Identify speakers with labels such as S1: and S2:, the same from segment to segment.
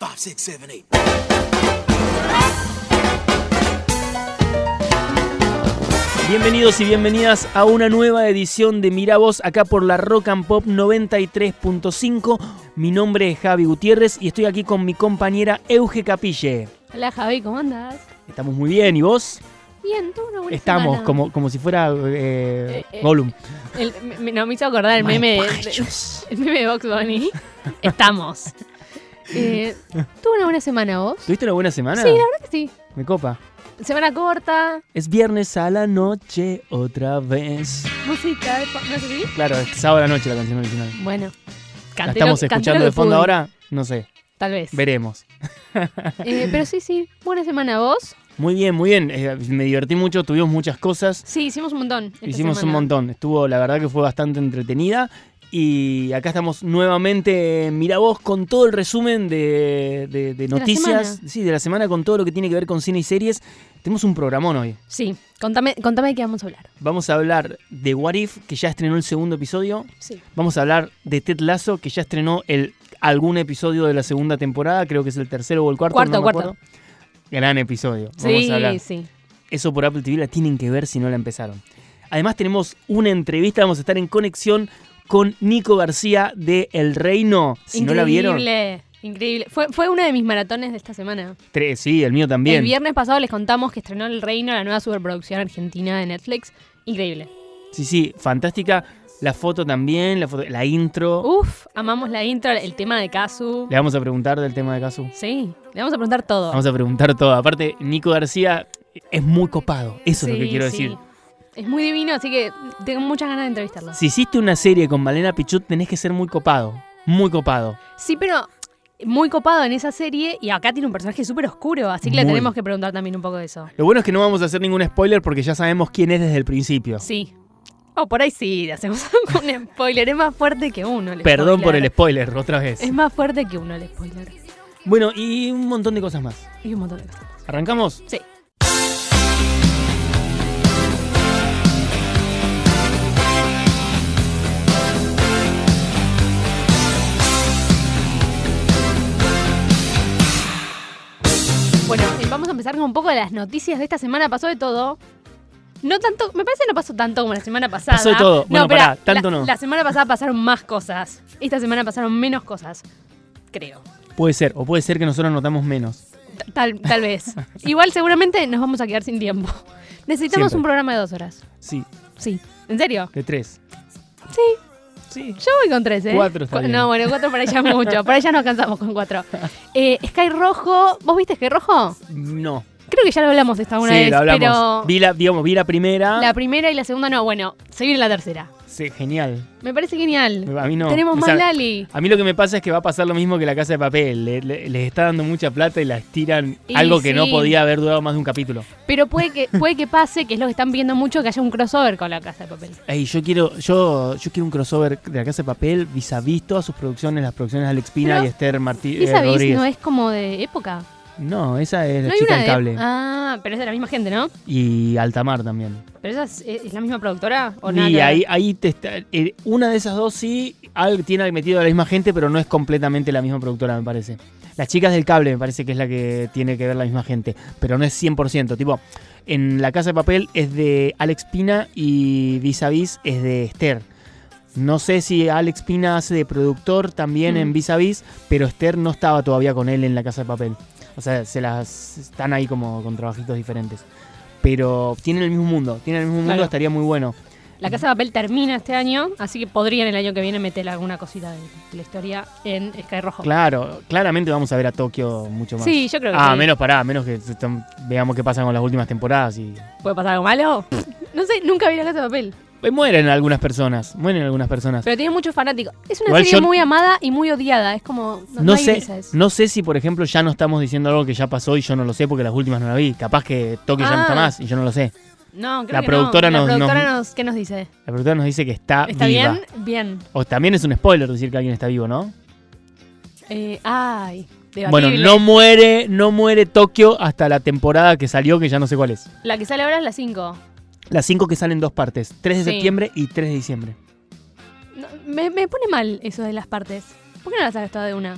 S1: five, six, seven, eight.
S2: Bienvenidos y bienvenidas a una nueva edición de Mirá Vos, acá por la Rock and Pop 93.5. Mi nombre es Javi Gutiérrez y estoy aquí con mi compañera Euge Capille.
S3: Hola Javi, ¿cómo andas?
S2: Estamos muy bien, ¿y vos?
S3: Bien, tú una buena
S2: Estamos
S3: semana.
S2: como, como si fuera eh,
S3: Eh, eh,
S2: Gollum.
S3: El- me- me- no, me hizo acordar el meme de, de-
S2: Malpachos.
S3: el meme de Box Bunny. Estamos. Eh, ¿Tuve una buena semana vos?
S2: ¿Tuviste una buena semana?
S3: Sí, la verdad que sí.
S2: Me copa.
S3: Semana corta,
S2: Es viernes a la noche otra vez.
S3: música, de fo- ¿no es así?
S2: Claro, es sábado a la noche la canción original.
S3: Bueno.
S2: ¿La
S3: canté lo-
S2: estamos
S3: canté lo
S2: escuchando
S3: que
S2: de fondo
S3: pude,
S2: ahora? No sé,
S3: Tal vez.
S2: veremos.
S3: Eh, pero sí, sí, buena semana vos.
S2: Muy bien, muy bien. Eh, me divertí mucho, tuvimos muchas cosas.
S3: Sí, hicimos un montón. esta
S2: Hicimos un
S3: semana.
S2: montón. Estuvo, la verdad que fue bastante entretenida. Y acá estamos nuevamente, en mira vos, con todo el resumen de, de- de
S3: la
S2: noticias,
S3: semana.
S2: sí, de la semana, con todo lo que tiene que ver con cine y series. Tenemos un programón hoy.
S3: Sí, contame, contame de qué vamos a hablar.
S2: Vamos a hablar de What If, que ya estrenó el segundo episodio.
S3: Sí.
S2: Vamos a hablar de Ted Lasso, que ya estrenó el, algún episodio de la segunda temporada, creo que es el tercero o el cuarto.
S3: Cuarto,
S2: no me
S3: cuarto.
S2: acuerdo. Gran episodio. Vamos
S3: Sí,
S2: a hablar.
S3: sí.
S2: Eso por Apple TV la tienen que ver si no la empezaron. Además tenemos una entrevista, vamos a estar en conexión con Nico García de El Reino. Si no la vieron,
S3: Increíble, increíble. Fue, fue una de mis maratones de esta semana.
S2: tres, sí, el mío también.
S3: El viernes pasado les contamos que estrenó El Reino, la nueva superproducción argentina de Netflix. Increíble.
S2: Sí, sí, fantástica. La foto también, la, foto- la intro.
S3: Uf, amamos la intro, el tema de Kazu.
S2: Le vamos a preguntar del tema de Casu.
S3: Sí, le vamos a preguntar todo.
S2: Vamos a preguntar todo. Aparte, Nico García es muy copado. Eso es lo que
S3: Sí,
S2: quiero
S3: sí.
S2: decir.
S3: Es muy divino, así que tengo muchas ganas de entrevistarlo. Sí,
S2: Si hiciste una serie con Malena Pichut, tenés que ser muy copado. Muy copado.
S3: pero muy copado en esa serie y acá tiene un personaje súper oscuro, así que le
S2: Muy.
S3: tenemos que preguntar también un poco de eso.
S2: Lo bueno es que no vamos a hacer ningún spoiler porque ya sabemos quién es desde el principio.
S3: Sí. Oh, por ahí sí, le hacemos un spoiler. Es más fuerte que uno. el
S2: Perdón por
S3: spoiler.
S2: el spoiler, otra vez.
S3: Es más fuerte que uno el spoiler.
S2: Bueno, y un montón de cosas más.
S3: Y un montón de cosas.
S2: ¿Arrancamos?
S3: Sí. Bueno, eh, vamos a empezar con un poco de las noticias de esta semana. Pasó de todo. No tanto, me parece que no pasó tanto como la semana pasada.
S2: Pasó de todo. Bueno,
S3: pará,
S2: pará, tanto
S3: la-
S2: no.
S3: La semana pasada pasaron más cosas. Esta semana pasaron menos cosas. Creo.
S2: Puede ser, o puede ser que nosotros notamos menos.
S3: T- Tal, tal vez. Igual seguramente nos vamos a quedar sin tiempo. Necesitamos
S2: Siempre.
S3: un programa de dos horas.
S2: Sí,
S3: Sí. ¿En serio?
S2: de tres.
S3: Sí.
S2: Sí.
S3: Yo voy con tres, ¿eh?
S2: Cuatro está
S3: Cu-
S2: bien.
S3: No, bueno, cuatro para ella es mucho. Para ella nos cansamos con cuatro. Eh, Sky Rojo. ¿Vos viste Sky Rojo?
S2: No.
S3: Creo que ya lo hablamos de esta una
S2: sí,
S3: vez.
S2: lo hablamos.
S3: Pero
S2: Vi la, digamos, vi la primera.
S3: la primera y la segunda no. Bueno, se viene la tercera.
S2: Sí, genial.
S3: Me parece genial.
S2: A mí no.
S3: Tenemos
S2: o
S3: más
S2: sea,
S3: Lali.
S2: A mí lo que me pasa es que va a pasar lo mismo que la casa de papel. Le- le- les está dando mucha plata y la estiran.
S3: Y
S2: algo que no
S3: sí.
S2: podía haber durado más de un capítulo.
S3: Pero puede que, puede que pase, que es lo que están viendo mucho, que haya un crossover con la Casa de Papel.
S2: Ey, yo quiero, yo, yo quiero un crossover de la casa de papel vis a vis todas sus producciones, las producciones de Alex Pina
S3: Pero
S2: y Esther Martí,
S3: ¿Y
S2: eh,
S3: sabéis?
S2: Rodríguez.
S3: ¿No es como de época?
S2: No, esa es la
S3: no hay
S2: chica
S3: una
S2: del
S3: de-
S2: cable.
S3: Ah, pero es de la misma gente, ¿no?
S2: Y Altamar también.
S3: ¿Pero esa es, es la misma productora? ¿O nada
S2: Y
S3: que ver?
S2: ahí, ahí te está- eh, una de esas dos sí al- tiene metido a la misma gente, pero no es completamente la misma productora, me parece. Las chicas del cable me parece que es la que tiene que ver la misma gente, pero no es 100%. Tipo, en La Casa de Papel es de Alex Pina y Vis a Vis es de Esther. No sé si Alex Pina hace de productor también
S3: Mm.
S2: en Vis a Vis, pero Esther no estaba todavía con él en La Casa de Papel. O sea, se las están ahí como con trabajitos diferentes. Pero tienen el mismo mundo, tienen el mismo mundo,
S3: Claro.
S2: estaría muy bueno.
S3: La Casa de Papel termina este año, así que podrían el año que viene meter alguna cosita de, de la historia en Sky Rojo.
S2: Oh. Claro, claramente vamos a ver a Tokio mucho más.
S3: Sí, yo creo que
S2: Ah,
S3: sí.
S2: menos pará, menos que se están- veamos qué pasa con las últimas temporadas y.
S3: ¿Puede pasar algo malo? No sé, nunca vi La Casa de Papel,
S2: Eh, Mueren algunas personas, mueren algunas personas.
S3: pero tiene muchos fanáticos. Es una
S2: Igual
S3: serie
S2: yo-
S3: muy amada y muy odiada, es como... No,
S2: no
S3: hay
S2: sé,
S3: grises.
S2: no sé si por ejemplo ya no estamos diciendo algo que ya pasó y yo no lo sé porque las últimas no la vi. Capaz que Tokio ya no está
S3: Ah.
S2: más y yo no lo sé.
S3: No, creo
S2: la
S3: que
S2: productora
S3: no.
S2: nos-
S3: La productora
S2: nos-
S3: nos... ¿Qué nos dice?
S2: La productora nos dice que está,
S3: ¿Está
S2: viva.
S3: bien? Bien.
S2: O también es un spoiler decir que alguien está vivo, ¿no?
S3: Eh, ay, debatible.
S2: Bueno, no muere, no muere Tokio hasta la temporada que salió, que ya no sé cuál es.
S3: La que sale ahora es la 5.
S2: Las cinco que salen en dos partes, 3 de
S3: Sí.
S2: septiembre y 3 de diciembre.
S3: No, me, me pone mal eso de las partes. ¿Por qué no las has gastado de una?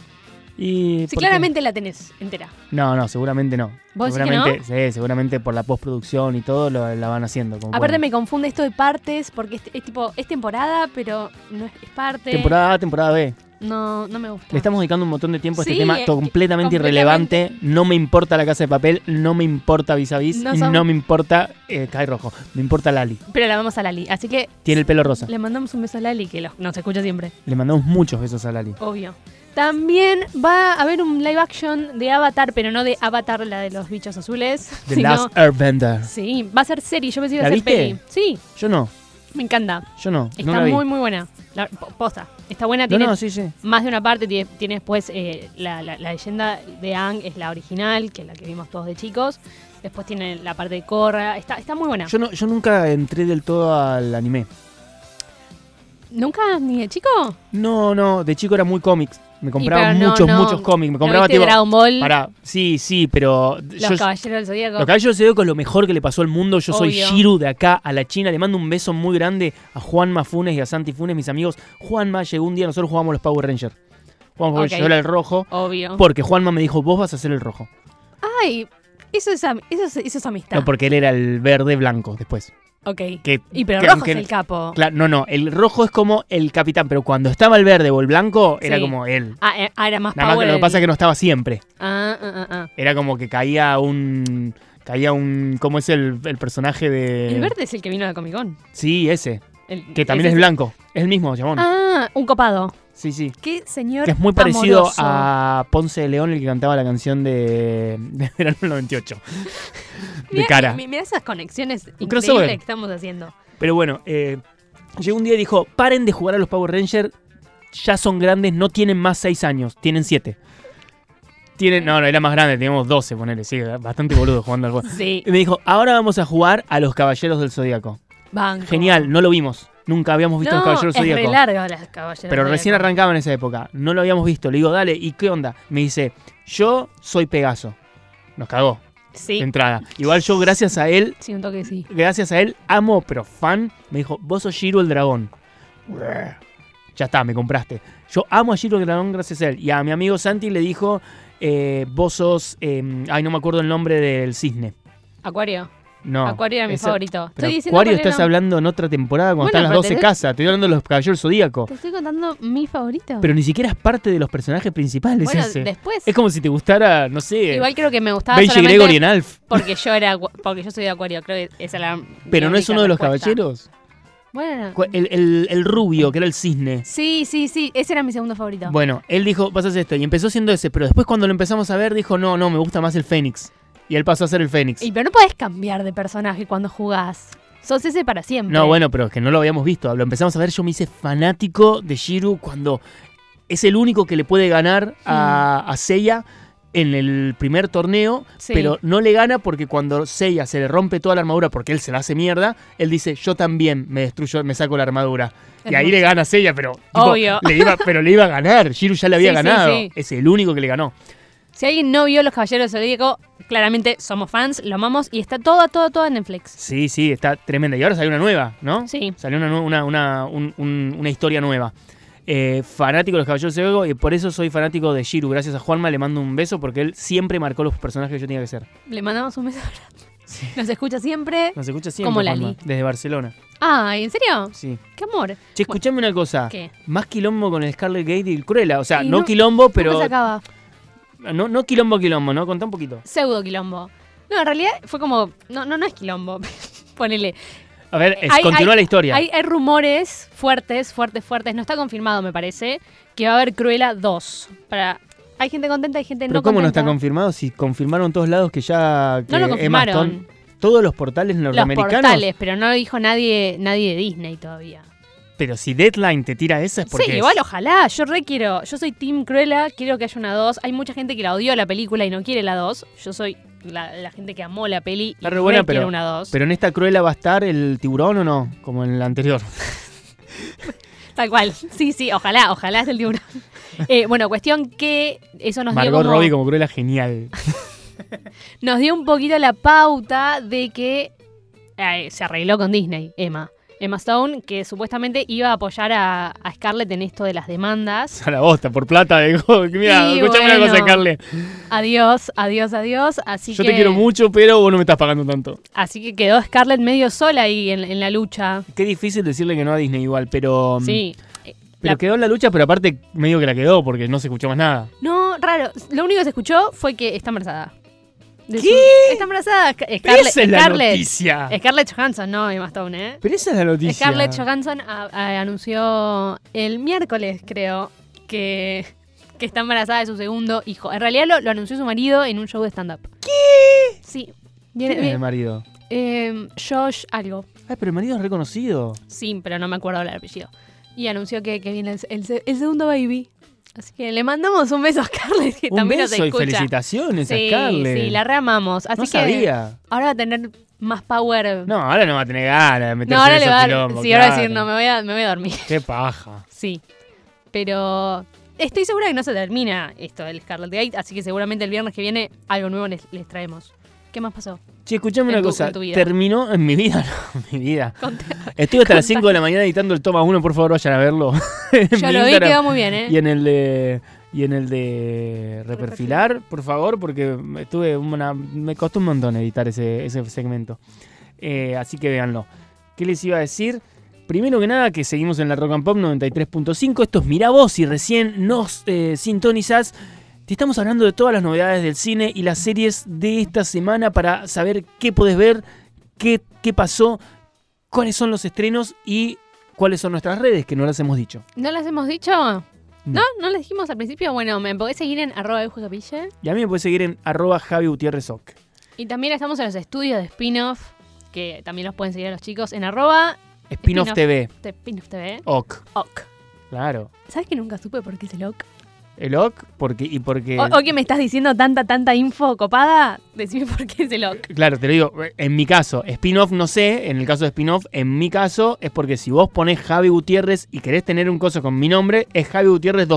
S2: Y
S3: Si
S2: ¿por qué?
S3: claramente la tenés entera.
S2: No, no, seguramente no.
S3: ¿Vos decís que
S2: seguramente, sí, seguramente por la postproducción y todo lo, la van haciendo. como
S3: Aparte
S2: pueden.
S3: me confunde esto de partes porque es, es tipo, es temporada, pero no es, es parte.
S2: Temporada A, temporada B.
S3: No, no me gusta.
S2: Le estamos dedicando un montón de tiempo a este
S3: Sí,
S2: tema
S3: eh,
S2: completamente
S3: completamente.
S2: irrelevante. No me importa la casa de papel, no me importa vis a vis,
S3: No
S2: y
S3: son-
S2: no me importa eh, Kai Rojo. Me importa Lali.
S3: Pero la vamos a Lali. Así que
S2: Tiene el pelo rosa.
S3: le mandamos un beso a Lali, que lo- nos escucha siempre,
S2: Le mandamos muchos besos a Lali.
S3: obvio. También va a haber un live action de Avatar, pero no de Avatar, la de los bichos azules.
S2: The
S3: sino-
S2: Last Airbender.
S3: Sí, va a ser serie. Yo pensé que iba a
S2: ¿La
S3: ser
S2: viste?
S3: peli. Sí,
S2: Yo no,
S3: me encanta.
S2: yo no.
S3: Está
S2: no la vi.
S3: muy, muy buena. La, po- posta. Está buena,
S2: No,
S3: tiene
S2: no, sí, sí.
S3: más de una parte. Tiene, tiene después eh, la, la- la leyenda de Ang, es la original, que es la que vimos todos de chicos. Después tiene la parte de Korra. Está, está muy buena.
S2: Yo, no, yo nunca entré del todo al anime.
S3: ¿Nunca ni de chico?
S2: No, no, de chico era muy cómics. Me compraba
S3: pero no,
S2: muchos,
S3: no.
S2: muchos cómics. Me
S3: ¿No
S2: compraba
S3: viste
S2: tipo.
S3: Dragon Ball,
S2: Pará, sí, sí, pero.
S3: Los
S2: yo-
S3: Caballeros del Zodíaco.
S2: Los Caballeros del Zodíaco es lo mejor que le pasó al mundo. Yo soy
S3: Obvio.
S2: Shiru de acá a la China. Le mando un beso muy grande a Juanma Funes y a Santi Funes, mis amigos. Juanma llegó un día, nosotros jugamos los Power Rangers. Juanma Power
S3: Ok.
S2: Rangers, yo era el rojo.
S3: Obvio.
S2: Porque Juanma me dijo, vos vas a ser el rojo.
S3: Ay, eso es, am- eso es, eso es amistad.
S2: No, porque él era el verde blanco después.
S3: ok.
S2: Que,
S3: Y pero
S2: que
S3: Rojo
S2: aunque-
S3: es el capo.
S2: Claro, no, no. El rojo es como el capitán, pero cuando estaba el verde o el blanco, era
S3: Sí.
S2: como él.
S3: Ah, eh, ah, era más
S2: Nada más que
S3: power
S2: lo que
S3: el-
S2: pasa es que no estaba siempre.
S3: Ah, ah, ah, ah.
S2: Era como que caía un. Caía un. ¿Cómo es el, el personaje de.?
S3: El verde es el que vino a la Comic Con.
S2: Sí, ese.
S3: El-
S2: Eh, Que también es,
S3: ese-
S2: blanco. Es el mismo, llamón.
S3: Ah, un copado.
S2: Sí, sí.
S3: Qué señor.
S2: Que es muy parecido
S3: amoroso.
S2: a Ponce de León, el que cantaba la canción de, de verano del 98. De
S3: Mirá-
S2: cara.
S3: mi- Mirá esas conexiones increíbles
S2: crossover.
S3: que estamos haciendo.
S2: Pero bueno, eh, llegó un día y dijo: paren de jugar a los Power Rangers. Ya son grandes, no tienen más 6 años, tienen 7. Tienen, no, no, era más grande, teníamos 12, ponele, sí, bastante boludo jugando al juego.
S3: Sí,
S2: Y me dijo, ahora vamos a jugar a los Caballeros del Zodíaco.
S3: banco.
S2: Genial, no lo vimos. Nunca habíamos visto a
S3: no,
S2: los Caballeros
S3: es
S2: del Zodíaco.
S3: re larga las caballeros
S2: Pero
S3: del
S2: recién
S3: Zodíaco.
S2: arrancaba en esa época. No lo habíamos visto. Le digo, dale, ¿y qué onda? Me dice, yo soy Pegaso. Nos cagó. de
S3: Sí,
S2: Entrada. Igual yo, gracias a él,
S3: sí, un toque sí.
S2: gracias a él, amo, pero fan, me dijo, vos sos Shiro el dragón. Ya está, me compraste. Yo amo a Shiro el dragón gracias a él. Y a mi amigo Santi le dijo, eh, vos sos, eh, ay, no me acuerdo el nombre del cisne.
S3: Acuario.
S2: No.
S3: Acuario era mi
S2: esa-
S3: favorito.
S2: Pero
S3: Estoy diciendo
S2: Acuario
S3: cuál era-
S2: estás hablando en otra temporada cuando
S3: Bueno,
S2: están las
S3: pero
S2: 12
S3: tenés-
S2: casas. Te estoy hablando de los caballeros zodíaco.
S3: Te estoy contando mi favorito.
S2: Pero ni siquiera es parte de los personajes principales
S3: bueno,
S2: ese.
S3: después.
S2: Es como si te gustara, no sé,
S3: Igual creo que me gustaba
S2: Benji
S3: solamente
S2: Gregory en Alf.
S3: porque yo era acu- porque yo soy de acuario, creo que esa era la
S2: Pero
S3: mi
S2: no es
S3: única
S2: uno de los
S3: respuesta.
S2: caballeros.
S3: Bueno.
S2: Cu- El, el- el rubio, que era el cisne.
S3: Sí, sí, sí, ese era mi segundo favorito.
S2: Bueno, él dijo, vas a hacer esto. Y empezó siendo ese, pero después cuando lo empezamos a ver dijo, no, no, me gusta más el Fénix. Y él pasó a ser el Fénix.
S3: Y pero no podés cambiar de personaje cuando jugás. Sos ese para siempre.
S2: No, bueno, pero es que no lo habíamos visto. Lo empezamos a ver, yo me hice fanático de Shiru cuando es el único que le puede ganar a, a Seiya en el primer torneo,
S3: Mm. Sí.
S2: pero no le gana porque cuando Seiya se le rompe toda la armadura porque él se la hace mierda, él dice, yo también me destruyo, me saco la armadura. Y ahí
S3: Hermoso.
S2: le gana a Seiya, pero, tipo,
S3: Obvio.
S2: Le iba, pero le iba a ganar. Shiru ya le había
S3: Sí, sí,
S2: ganado.
S3: sí.
S2: Es el único que le ganó.
S3: Si alguien no vio Los Caballeros del Zodíaco, claramente somos fans, lo amamos y está toda, toda, toda en Netflix.
S2: Sí, sí, está tremenda. Y ahora salió una nueva, ¿no?
S3: Sí.
S2: Salió una, nue- una, una, un- un- una historia nueva. Eh, fanático de los Caballeros del Zodíaco y por eso soy fanático de Shiru. Gracias a Juanma le mando un beso porque él siempre marcó los personajes que yo tenía que ser.
S3: Le mandamos un beso. Nos escucha siempre.
S2: Nos escucha siempre.
S3: Como
S2: Juanma,
S3: Lali.
S2: Desde Barcelona,
S3: Ay, ¿en serio?
S2: sí.
S3: Qué amor.
S2: Che, escuchame una cosa.
S3: ¿Qué?
S2: Más quilombo con el Scarlet Gate y el Cruella. O sea,
S3: Y
S2: no,
S3: no-
S2: quilombo, pero.
S3: ¿Cómo se acaba?
S2: No, no quilombo, quilombo, ¿no? Contá un poquito.
S3: Pseudo quilombo. No, en realidad fue como. No, no, no es quilombo. Ponele.
S2: A ver, es-
S3: Hay-
S2: continúa
S3: hay-
S2: la historia.
S3: Hay, hay rumores fuertes, fuertes, fuertes. No está confirmado, me parece, que va a haber Cruella 2. Para... Hay gente contenta, hay gente
S2: Pero
S3: no
S2: ¿cómo no
S3: contenta.
S2: está confirmado? Si confirmaron todos lados que ya. Que
S3: No lo
S2: Emma
S3: confirmaron.
S2: Stone- todos los portales
S3: Los
S2: norteamericanos.
S3: portales, pero no lo dijo nadie, nadie de Disney todavía.
S2: Pero si Deadline te tira esa es porque.
S3: Sí,
S2: es-
S3: igual ojalá. Yo re quiero. Yo soy Team Cruella, quiero que haya una 2. Hay mucha gente que la odió la película y no quiere la 2. Yo soy la, la gente que amó la peli y
S2: Está re buena,
S3: re quiero
S2: pero-
S3: una 2.
S2: Pero en esta cruela va a estar el tiburón o no, como en la anterior.
S3: Tal cual. Sí, sí, ojalá, ojalá es el tiburón. Eh, bueno, cuestión que eso nos dio
S2: Margot
S3: como-
S2: Robbie como cruela genial.
S3: nos dio un poquito la pauta de que eh, se arregló con Disney, Emma. Emma Stone, que supuestamente iba a apoyar a, a Scarlett en esto de las demandas.
S2: A la bosta, por plata. de- Mira,
S3: Y
S2: escuchame una
S3: bueno,
S2: cosa, Carle.
S3: Adiós, adiós, adiós. Así
S2: Yo
S3: que,
S2: te quiero mucho, pero vos no me estás pagando tanto.
S3: Así que quedó Scarlett medio sola ahí en, en la lucha.
S2: Qué difícil decirle que no a Disney igual, pero. mm,
S3: Sí.
S2: Pero
S3: La-
S2: quedó en la lucha, pero aparte medio que la quedó porque no se escuchó más nada.
S3: No, raro. Lo único que se escuchó fue que está embarazada. De
S2: ¿Qué?
S3: su- está embarazada. Sc- Scarlett,
S2: esa es la
S3: Scarlett-
S2: noticia.
S3: Scarlett Johansson, no Emma Stone, ¿eh?
S2: Pero esa es la noticia.
S3: Scarlett Johansson a- a- anunció el miércoles, creo, que, que está embarazada de su segundo hijo. En realidad lo, lo anunció su marido en un show de stand-up. ¿Qué? Sí.
S2: ¿Quién
S3: Viene-
S2: es el
S3: viene-
S2: marido?
S3: em, Josh algo.
S2: Ay, pero el marido es reconocido.
S3: Sí, pero no me acuerdo el apellido. Y anunció que, que viene el, el se- el segundo baby. Así que le mandamos un beso a Scarlett, que
S2: Un
S3: también
S2: beso
S3: nos
S2: y
S3: escucha.
S2: felicitaciones
S3: sí,
S2: a Scarlett.
S3: sí, la reamamos. Así
S2: no
S3: que
S2: sabía.
S3: ahora va a tener más power.
S2: No, ahora no va a tener ganas de meterse
S3: No, ahora
S2: en
S3: le
S2: esos
S3: va a dar.
S2: quilombos,
S3: sí, ahora va a
S2: claro.
S3: decir, no, me voy a, me voy a dormir.
S2: Qué paja.
S3: Sí. Pero estoy segura que no se termina esto del Scarlet Gate, así que seguramente el viernes que viene algo nuevo les, les traemos. ¿Qué más pasó?
S2: Che, escuchame
S3: En
S2: una
S3: tu-
S2: cosa.
S3: en tu vida.
S2: Terminó en mi vida, no, mi vida.
S3: Conté-
S2: Estuve hasta las 5 de la mañana editando el toma 1, por favor vayan a verlo. En
S3: Yo
S2: mi
S3: lo vi,
S2: Instagram.
S3: quedó muy bien, ¿eh?
S2: Y en el de. Y en el de reperfilar, por favor, porque me estuve una, me costó un montón editar ese, ese segmento. Eh, así que véanlo. ¿Qué les iba a decir? Primero que nada, que seguimos en la Rock and Pop 93.5. Esto es Mirá Vos, si recién nos eh, sintonizás. Te estamos hablando de todas las novedades del cine y las series de esta semana para saber qué podés ver, qué, qué pasó, cuáles son los estrenos y cuáles son nuestras redes, que no las hemos dicho.
S3: ¿No las hemos dicho? ¿No? ¿No las dijimos al principio? Bueno, me podés seguir en arroba Euge Capilla.
S2: Y a mí me puedes seguir en arroba Javi Gutiérrez Oc.
S3: Y también estamos en los estudios de spin-off, que también los pueden seguir a los chicos, en arroba
S2: Spin-off
S3: Spin-off.
S2: TV.
S3: de spin-off TV.
S2: Oc.
S3: Ok.
S2: Claro.
S3: ¿Sabes que nunca supe por qué es el ok?
S2: El Oc, porque, y porque.
S3: O, o que me estás diciendo tanta, tanta info copada, decime por qué es el ok.
S2: Claro, te lo digo, en mi caso, spin-off no sé, en el caso de spin-off, en mi caso es porque si vos ponés Javi Gutiérrez y querés tener un coso con mi nombre, es Javi Gutiérrez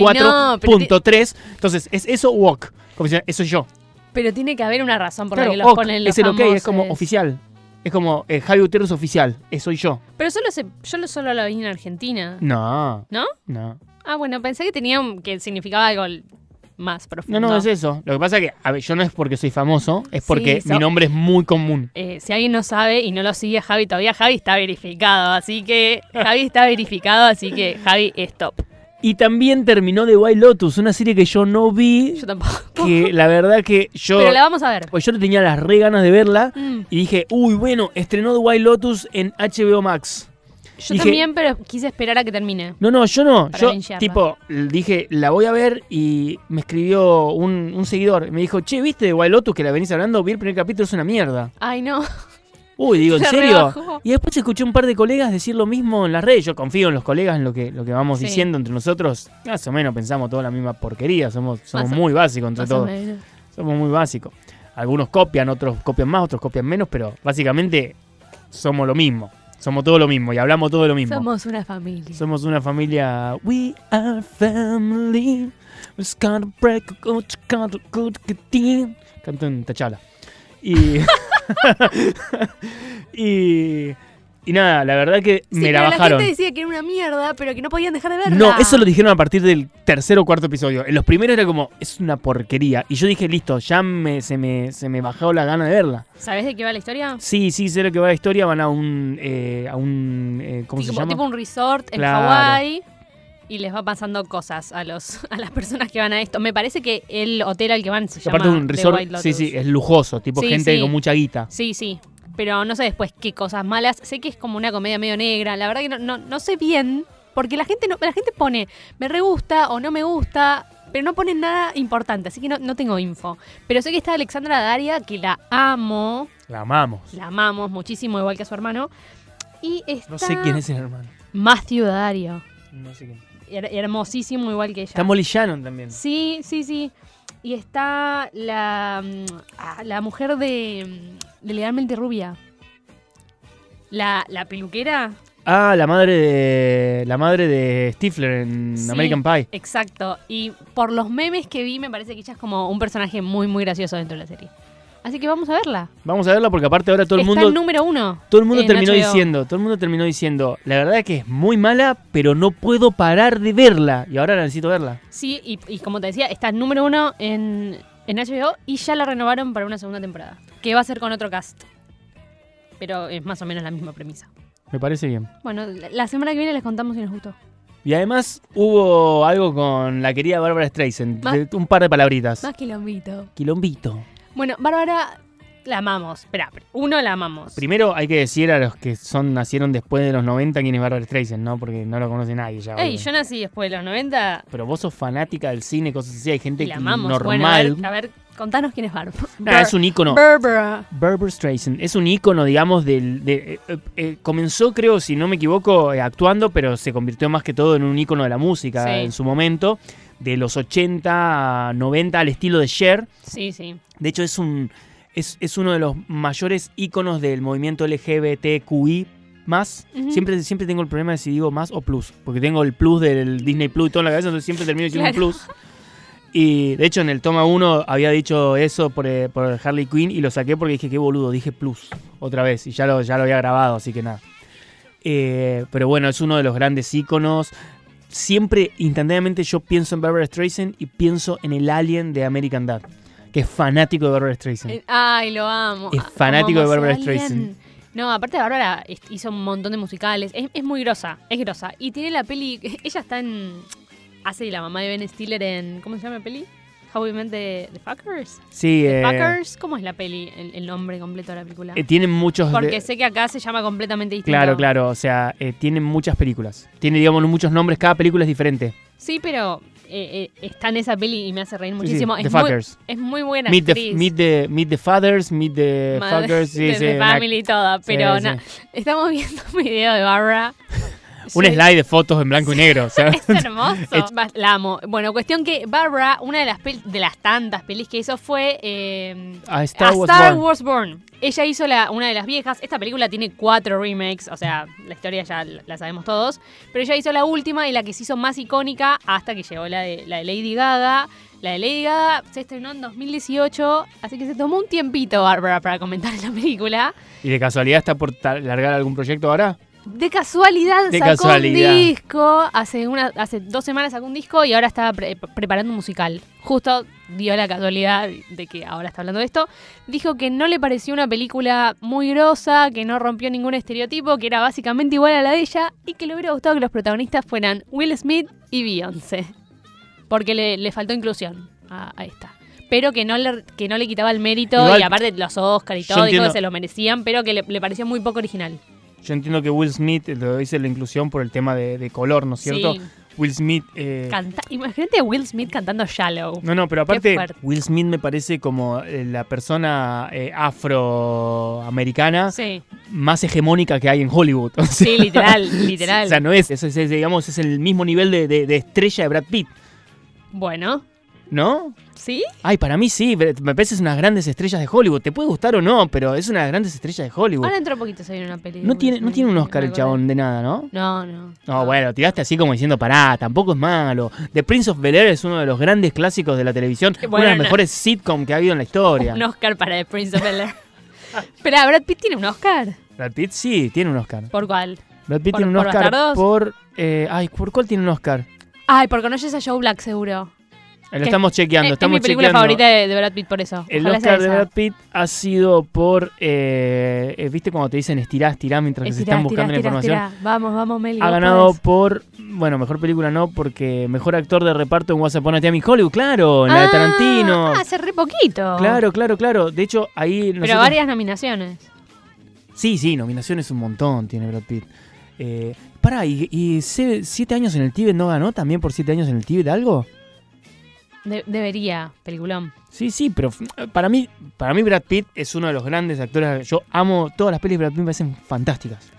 S2: 256.824.3. Entonces, es eso u Oc. Como si fuera, eso soy yo.
S3: Pero tiene que haber una razón por
S2: Claro,
S3: la que los
S2: Oc,
S3: ponen los
S2: es el ok, es como
S3: famosos.
S2: oficial. Es como eh, Javi Gutiérrez oficial, es soy yo.
S3: Pero solo se, yo lo- solo lo vi en Argentina.
S2: No,
S3: ¿No?
S2: no.
S3: Ah, bueno, pensé que tenía un- que significaba algo l- más
S2: No,
S3: profundo.
S2: no, es eso. Lo que pasa es que a ver, yo no es porque soy famoso, es porque
S3: Sí,
S2: mi
S3: so-
S2: nombre es muy común.
S3: Eh, si alguien no sabe y no lo sigue a Javi todavía, Javi está verificado, así que Javi está verificado, así que Javi es top.
S2: Y también terminó The White Lotus, una serie que yo no vi,
S3: Yo tampoco.
S2: que la verdad que yo,
S3: Pero la vamos a ver.
S2: pues yo le tenía las re ganas de verla
S3: Mm,
S2: y dije, uy, bueno, estrenó The White Lotus en HBO Max.
S3: yo
S2: Dije-
S3: también, pero quise esperar a que termine.
S2: No, no, yo no.
S3: Para
S2: yo,
S3: linchearla.
S2: tipo, dije, la voy a ver y me escribió un, un seguidor. Me dijo, che, ¿viste The White Lotus que la venís hablando? Vi el primer capítulo, es una mierda.
S3: Ay, no.
S2: Uy, digo, ¿en
S3: Se
S2: serio?
S3: rebajó.
S2: Y después escuché un par de colegas decir lo mismo en las redes. Yo confío en los colegas, en lo que, lo que vamos
S3: Sí.
S2: diciendo entre nosotros. Más o menos pensamos toda la misma porquería. Somos, somos
S3: Más o-
S2: muy básicos entre
S3: Más o
S2: todos.
S3: menos.
S2: Somos muy básicos. Algunos copian, otros copian más, otros copian menos, pero básicamente somos lo mismo. Somos todo lo mismo y hablamos todo lo mismo.
S3: Somos una familia.
S2: Somos una familia. We are family. We just gotta break a good, gotta good team. Canto en Tachala. Y. y. Y nada, la verdad que
S3: Sí,
S2: me la
S3: pero
S2: bajaron.
S3: gente decía que era una mierda, pero que no podían dejar de verla.
S2: No, eso lo dijeron a partir del tercer o cuarto episodio. En los primeros era como, es una porquería. Y yo dije, listo, ya me, se, me, se me bajó la gana de verla.
S3: ¿Sabes de qué va la historia?
S2: Sí, sí, sé lo que va la historia. Van a un. eh, a un eh, ¿Cómo
S3: Sí,
S2: se
S3: como
S2: llama?
S3: tipo un resort en
S2: Claro.
S3: Hawái y les va pasando cosas a los a las personas que van a esto. Me parece que el hotel al que van se
S2: Que aparte es
S3: llama
S2: un
S3: The
S2: resort,
S3: White
S2: sí,
S3: Lotus.
S2: sí, es lujoso, tipo
S3: Sí,
S2: gente
S3: sí.
S2: con mucha guita.
S3: Sí, sí. Pero no sé después qué cosas malas. Sé que es como una comedia medio negra. La verdad que no, no, no sé bien. Porque la gente no, la gente pone me re gusta o no me gusta, pero no pone nada importante, así que no, no tengo info. Pero sé que está Alexandra Daria, que la amo,
S2: La amamos.
S3: la amamos muchísimo, igual que a su hermano. Y está
S2: No sé quién es el hermano.
S3: Matthew Dario.
S2: No sé quién.
S3: her- hermosísimo igual que ella.
S2: Está Molly Shannon también.
S3: Sí, sí, sí. Y está la, mm, ah, la mujer de, mm, de Legalmente Rubia. La, la peluquera.
S2: Ah, la madre de. La madre de Stifler en
S3: Sí.
S2: American Pie.
S3: Exacto. Y por los memes que vi, me parece que ella es como un personaje muy, muy gracioso dentro de la serie. Así que vamos a verla.
S2: Vamos a verla porque aparte ahora todo el
S3: Está
S2: mundo...
S3: el número uno.
S2: Todo el mundo
S3: en
S2: terminó
S3: HBO.
S2: diciendo, todo el mundo terminó diciendo, la verdad es que es muy mala, pero no puedo parar de verla. Y ahora la necesito verla.
S3: Sí, y, y como te decía, está el número uno en, en HBO y ya la renovaron para una segunda temporada. Que va a ser con otro cast. Pero es más o menos la misma premisa.
S2: Me parece bien.
S3: Bueno, la la semana que viene les contamos si nos gustó.
S2: Y además hubo algo con la querida Bárbara Streisand.
S3: Ma-
S2: de- un par de palabritas.
S3: Más quilombito.
S2: Quilombito.
S3: Bueno, Bárbara, la amamos. Espera, uno la amamos.
S2: Primero hay que decir a los que son nacieron después de los 90 quién es Bárbara Streisand, ¿no? Porque no lo conoce nadie ya.
S3: Ey,
S2: obvio.
S3: yo nací después de los 90
S2: Pero vos sos fanática del cine, cosas así. Hay gente
S3: y la amamos. Bueno, a
S2: normal.
S3: ver, a ver, contanos quién es Bárbara.
S2: Nah, es un ícono.
S3: Bárbara.
S2: Barbara Streisand es un ícono, digamos, del. de- eh, eh, eh, comenzó, creo, si no me equivoco, eh, actuando, pero se convirtió más que todo en un ícono de la música
S3: Sí.
S2: en su momento, de los 80 a 90, al estilo de Cher.
S3: Sí, sí.
S2: De hecho, es un. Es, es uno de los mayores íconos del movimiento LGBTQI. Más,
S3: Ujú.
S2: siempre, siempre tengo el problema de si digo más o plus, porque tengo el plus del Disney Plus y todo en la cabeza, entonces siempre termino diciendo
S3: Claro.
S2: un plus. Y de hecho, en el toma 1 había dicho eso por, eh, por Harley Quinn y lo saqué porque dije, qué boludo, dije plus otra vez y ya lo, ya lo había grabado, así que nada. Eh, pero bueno, es uno de los grandes íconos. Siempre, instantáneamente, yo pienso en Barbara Streisand y pienso en el alien de American Dad, que es fanático de Barbara Streisand.
S3: Eh, Ay, lo amo.
S2: Es
S3: Ah,
S2: fanático de
S3: amamos a
S2: Bárbara
S3: alguien.
S2: Streisand.
S3: No, aparte Bárbara es- hizo un montón de musicales. Es, es muy grosa, es grosa. Y tiene la peli. Ella está en. Hace la mamá de Ben Stiller en. ¿Cómo se llama la peli? How We Met the, the Fuckers.
S2: sí, eh,
S3: Fuckers, ¿cómo es la peli? El, el nombre completo de la película.
S2: eh, tienen muchos... de-
S3: Porque sé que acá se llama completamente distinto.
S2: Claro, claro, o sea, eh, tienen muchas películas. Tiene, digamos, muchos nombres, cada película es diferente.
S3: Sí, pero eh, eh, está en esa peli y me hace reír
S2: Sí,
S3: muchísimo.
S2: sí,
S3: es,
S2: the
S3: muy,
S2: Fuckers.
S3: es muy buena.
S2: Meet the,
S3: actriz.
S2: meet, the, meet the Fathers, Meet the
S3: Madre
S2: Fuckers, sí,
S3: de-
S2: sí,
S3: de
S2: una-
S3: Family y toda,
S2: sí,
S3: pero
S2: sí.
S3: na- estamos viendo un video de Barbara.
S2: Un slide de fotos en blanco y negro, o sea,
S3: Es hermoso. Vas- La amo. Bueno, cuestión que Barbara, una de las, pel- de las tantas pelis que hizo fue eh,
S2: a Star
S3: A
S2: Wars
S3: Star
S2: Born.
S3: Wars Born. Ella hizo la, una de las viejas. Esta película tiene cuatro remakes, o sea, la historia ya la la sabemos todos. Pero ella hizo la última y la que se hizo más icónica hasta que llegó la de, la de Lady Gaga. La de Lady Gaga se estrenó en 2018, así que se tomó un tiempito, Bárbara, para comentar la película.
S2: ¿Y de casualidad está por ta- largar algún proyecto ahora?
S3: De casualidad
S2: De
S3: sacó
S2: casualidad.
S3: un disco. Hace, una, hace dos semanas sacó un disco y ahora está pre- preparando un musical. Justo dio la casualidad de que ahora está hablando de esto. Dijo que no le pareció una película muy grosa, que no rompió ningún estereotipo, que era básicamente igual a la de ella y que le hubiera gustado que los protagonistas fueran Will Smith y Beyoncé. Porque le, le faltó inclusión a, a esta. Pero que no, le, que no le quitaba el mérito
S2: Igual-
S3: y aparte los Oscar y
S2: Yo
S3: todo, dijo
S2: entiendo-
S3: que se lo merecían, pero que le- le pareció muy poco original.
S2: Yo entiendo que Will Smith eh, lo dice la inclusión por el tema de, de color, ¿no es cierto?
S3: Sí.
S2: Will Smith. eh,
S3: Canta- Imagínate a Will Smith cantando Shallow.
S2: no, no, pero aparte,
S3: fuerte.
S2: Will Smith me parece como eh, la persona eh, afroamericana
S3: Sí,
S2: más hegemónica que hay en Hollywood. O sea,
S3: sí, literal, literal.
S2: O sea, no es, es, es- digamos, es el mismo nivel de, de- de estrella de Brad Pitt,
S3: Bueno,
S2: ¿no?
S3: ¿sí?
S2: Ay, para mí sí, pero me parece es unas grandes estrellas de Hollywood. Te puede gustar o no, pero es una de las grandes estrellas de Hollywood.
S3: Ahora entró un poquito, se viene una peli. de
S2: No
S3: Will
S2: tiene, no
S3: Smith,
S2: tiene un Oscar
S3: me
S2: el
S3: acordé.
S2: chabón de nada, ¿no?
S3: No, no.
S2: No, bueno, tiraste así como diciendo, pará, tampoco es malo. The Prince of Bel Air es uno de los grandes clásicos de la televisión, una de
S3: bueno,
S2: las
S3: no.
S2: mejores sitcom que ha habido en la historia.
S3: Un Oscar para The Prince of Bel-Air. Pero ah, Brad Pitt tiene un Oscar.
S2: Brad Pitt sí, tiene un Oscar.
S3: ¿Por cuál?
S2: Brad Pitt
S3: ¿Por-
S2: tiene un
S3: por
S2: Oscar
S3: Bastardos?
S2: por... eh, ay, ¿por cuál tiene un Oscar? Eh,
S3: Ay, por conoces a Joe Black, seguro.
S2: Lo
S3: ¿Qué?
S2: estamos chequeando,
S3: Eh, es
S2: estamos
S3: mi película
S2: chequeando.
S3: favorita de, de Brad Pitt, por eso.
S2: El
S3: Ojalá sea
S2: Oscar de
S3: esa.
S2: Brad Pitt ha sido por... eh, eh, ¿Viste cuando te dicen estirá, estirá mientras que se
S3: Estirá,
S2: están buscando
S3: estirá,
S2: la
S3: estirá,
S2: información?
S3: estirá. Vamos, vamos, Meli.
S2: Ha
S3: vos
S2: ganado
S3: podés.
S2: por... Bueno, mejor película no, porque mejor actor de reparto en WhatsApp a Miami Hollywood, claro, en la de
S3: Ah,
S2: Tarantino.
S3: Ah, hace re poquito.
S2: Claro, claro, claro. De hecho, ahí...
S3: Pero
S2: nosotros-
S3: varias nominaciones.
S2: Sí, sí, nominaciones un montón tiene Brad Pitt. Eh, pará, ¿y, y se- siete años en el Tíbet no ganó también por siete años en el Tíbet algo?
S3: De- debería, peliculón.
S2: Sí, sí, pero f- para mí, para mí Brad Pitt es uno de los grandes actores. Yo amo todas las pelis de Brad Pitt, me parecen fantásticas.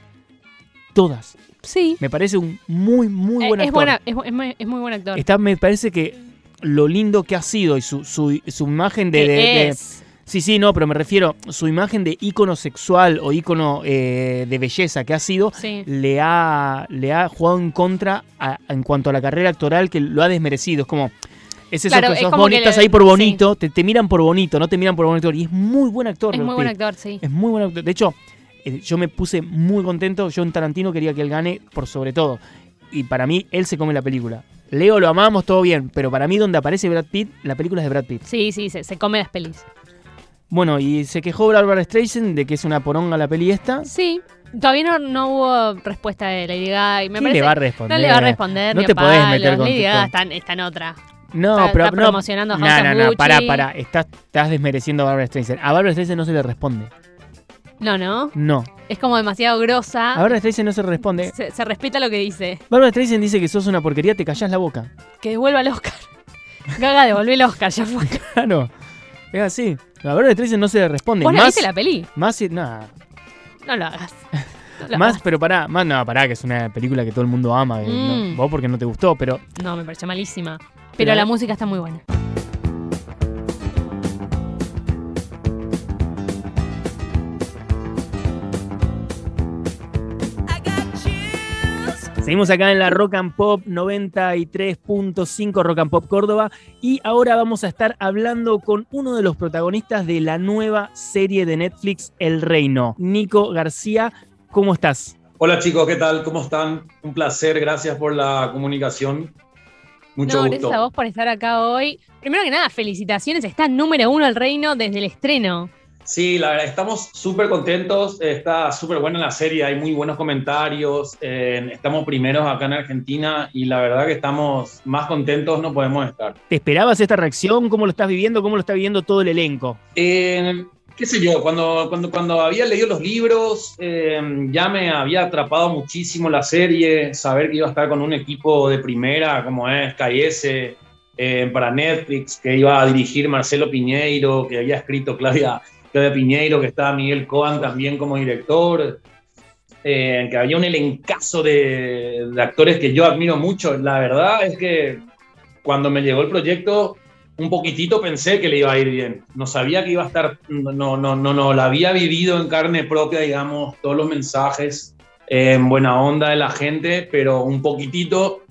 S2: Todas.
S3: Sí.
S2: Me parece un muy, muy
S3: Eh,
S2: buen actor. Este
S3: es, buena, es, bu- es muy, es muy buen actor.
S2: Está, me parece que lo lindo que ha sido y su, su, su imagen de,
S3: Que
S2: de- de-
S3: es.
S2: Sí, sí, no, pero me refiero, su imagen de ícono sexual o ícono eh, de belleza que ha sido,
S3: Sí.
S2: le ha, le ha jugado en contra a- en cuanto a la carrera actoral que lo ha desmerecido. Es como, Es eso
S3: Claro,
S2: que
S3: es
S2: sos
S3: como
S2: bonito,
S3: que le-
S2: estás ahí por bonito, te, te miran por bonito, no te miran por buen actor. Y es muy buen actor.
S3: Es
S2: Brad
S3: muy buen
S2: Pitt.
S3: actor, sí.
S2: Es muy buen actor. De hecho, eh, yo me puse muy contento. Yo en Tarantino quería que él gane por sobre todo. Y para mí, él se come la película. Leo lo amamos, todo bien. Pero para mí, donde aparece Brad Pitt, la película es de Brad Pitt.
S3: Sí, sí, se, se come las pelis.
S2: Bueno, y se quejó Barbara Streisand de que es una poronga la peli esta.
S3: Sí, todavía no, no hubo respuesta de Lady Gaga. Y me
S2: ¿Quién
S3: parece,
S2: le va a
S3: no
S2: responder?
S3: le va a responder.
S2: No
S3: ni a
S2: te podés meter
S3: palos.
S2: con
S3: Lady
S2: tu-
S3: Gaga
S2: con-
S3: está, en- está en otra.
S2: No,
S3: Está-
S2: pero
S3: está
S2: no.
S3: promocionando House
S2: no,
S3: of
S2: no, no,
S3: Gucci.
S2: pará, pará. Estás, estás desmereciendo a Barbara Streisand. A Barbara Streisand no se le responde.
S3: No, no.
S2: No.
S3: Es como demasiado grosa.
S2: A Barbara Streisand no se le responde.
S3: se, se respeta lo que dice.
S2: Barbara Streisand dice que sos una porquería, te callás la boca.
S3: Que devuelva el Oscar. Gaga, devolví el Oscar, ya fue.
S2: Claro. Ah, Es así. A Barbara Streisand no se le responde.
S3: ¿Vos la
S2: más,
S3: viste la peli?
S2: más, si- nada.
S3: No lo hagas. No lo
S2: más, pero pará. Más, no, pará, que es una película que todo el mundo ama. que no-
S3: Mm.
S2: vos porque no te gustó, pero
S3: hagas. No, me pareció malísima.
S2: Pero-
S3: Pero la música está muy buena.
S2: Seguimos acá en la Rock and Pop 93.5 Rock and Pop Córdoba y ahora vamos a estar hablando con uno de los protagonistas de la nueva serie de Netflix El Reino, Nico García. ¿Cómo estás?
S1: Hola chicos, ¿qué tal? ¿Cómo están? Un placer, gracias por la comunicación. Mucho
S3: no,
S1: gusto.
S3: gracias a vos por estar acá hoy. Primero que nada, felicitaciones. Está número uno el reino desde el estreno.
S1: Sí, la verdad, estamos súper contentos. Está súper buena la serie, hay muy buenos comentarios. eh, estamos primeros acá en Argentina y la verdad que estamos más contentos, no podemos estar.
S2: ¿Te esperabas esta reacción? ¿Cómo lo estás viviendo? ¿Cómo lo está viviendo todo el elenco?
S1: Eh, qué sé yo, cuando, cuando, cuando había leído los libros, eh, ya me había atrapado muchísimo la serie, saber que iba a estar con un equipo de primera como es Cayese, eh, para Netflix, que iba a dirigir Marcelo Piñeiro, que había escrito Claudia, Claudia Piñeiro, que estaba Miguel Coan también como director, eh, que había un elencazo de, de actores que yo admiro mucho. La verdad es que cuando me llegó el proyecto, un poquitito pensé que le iba a ir bien. No sabía que iba a estar, no, no, no, no, la había vivido en carne propia, digamos, todos los mensajes eh, en buena onda de la gente, pero un poquitito,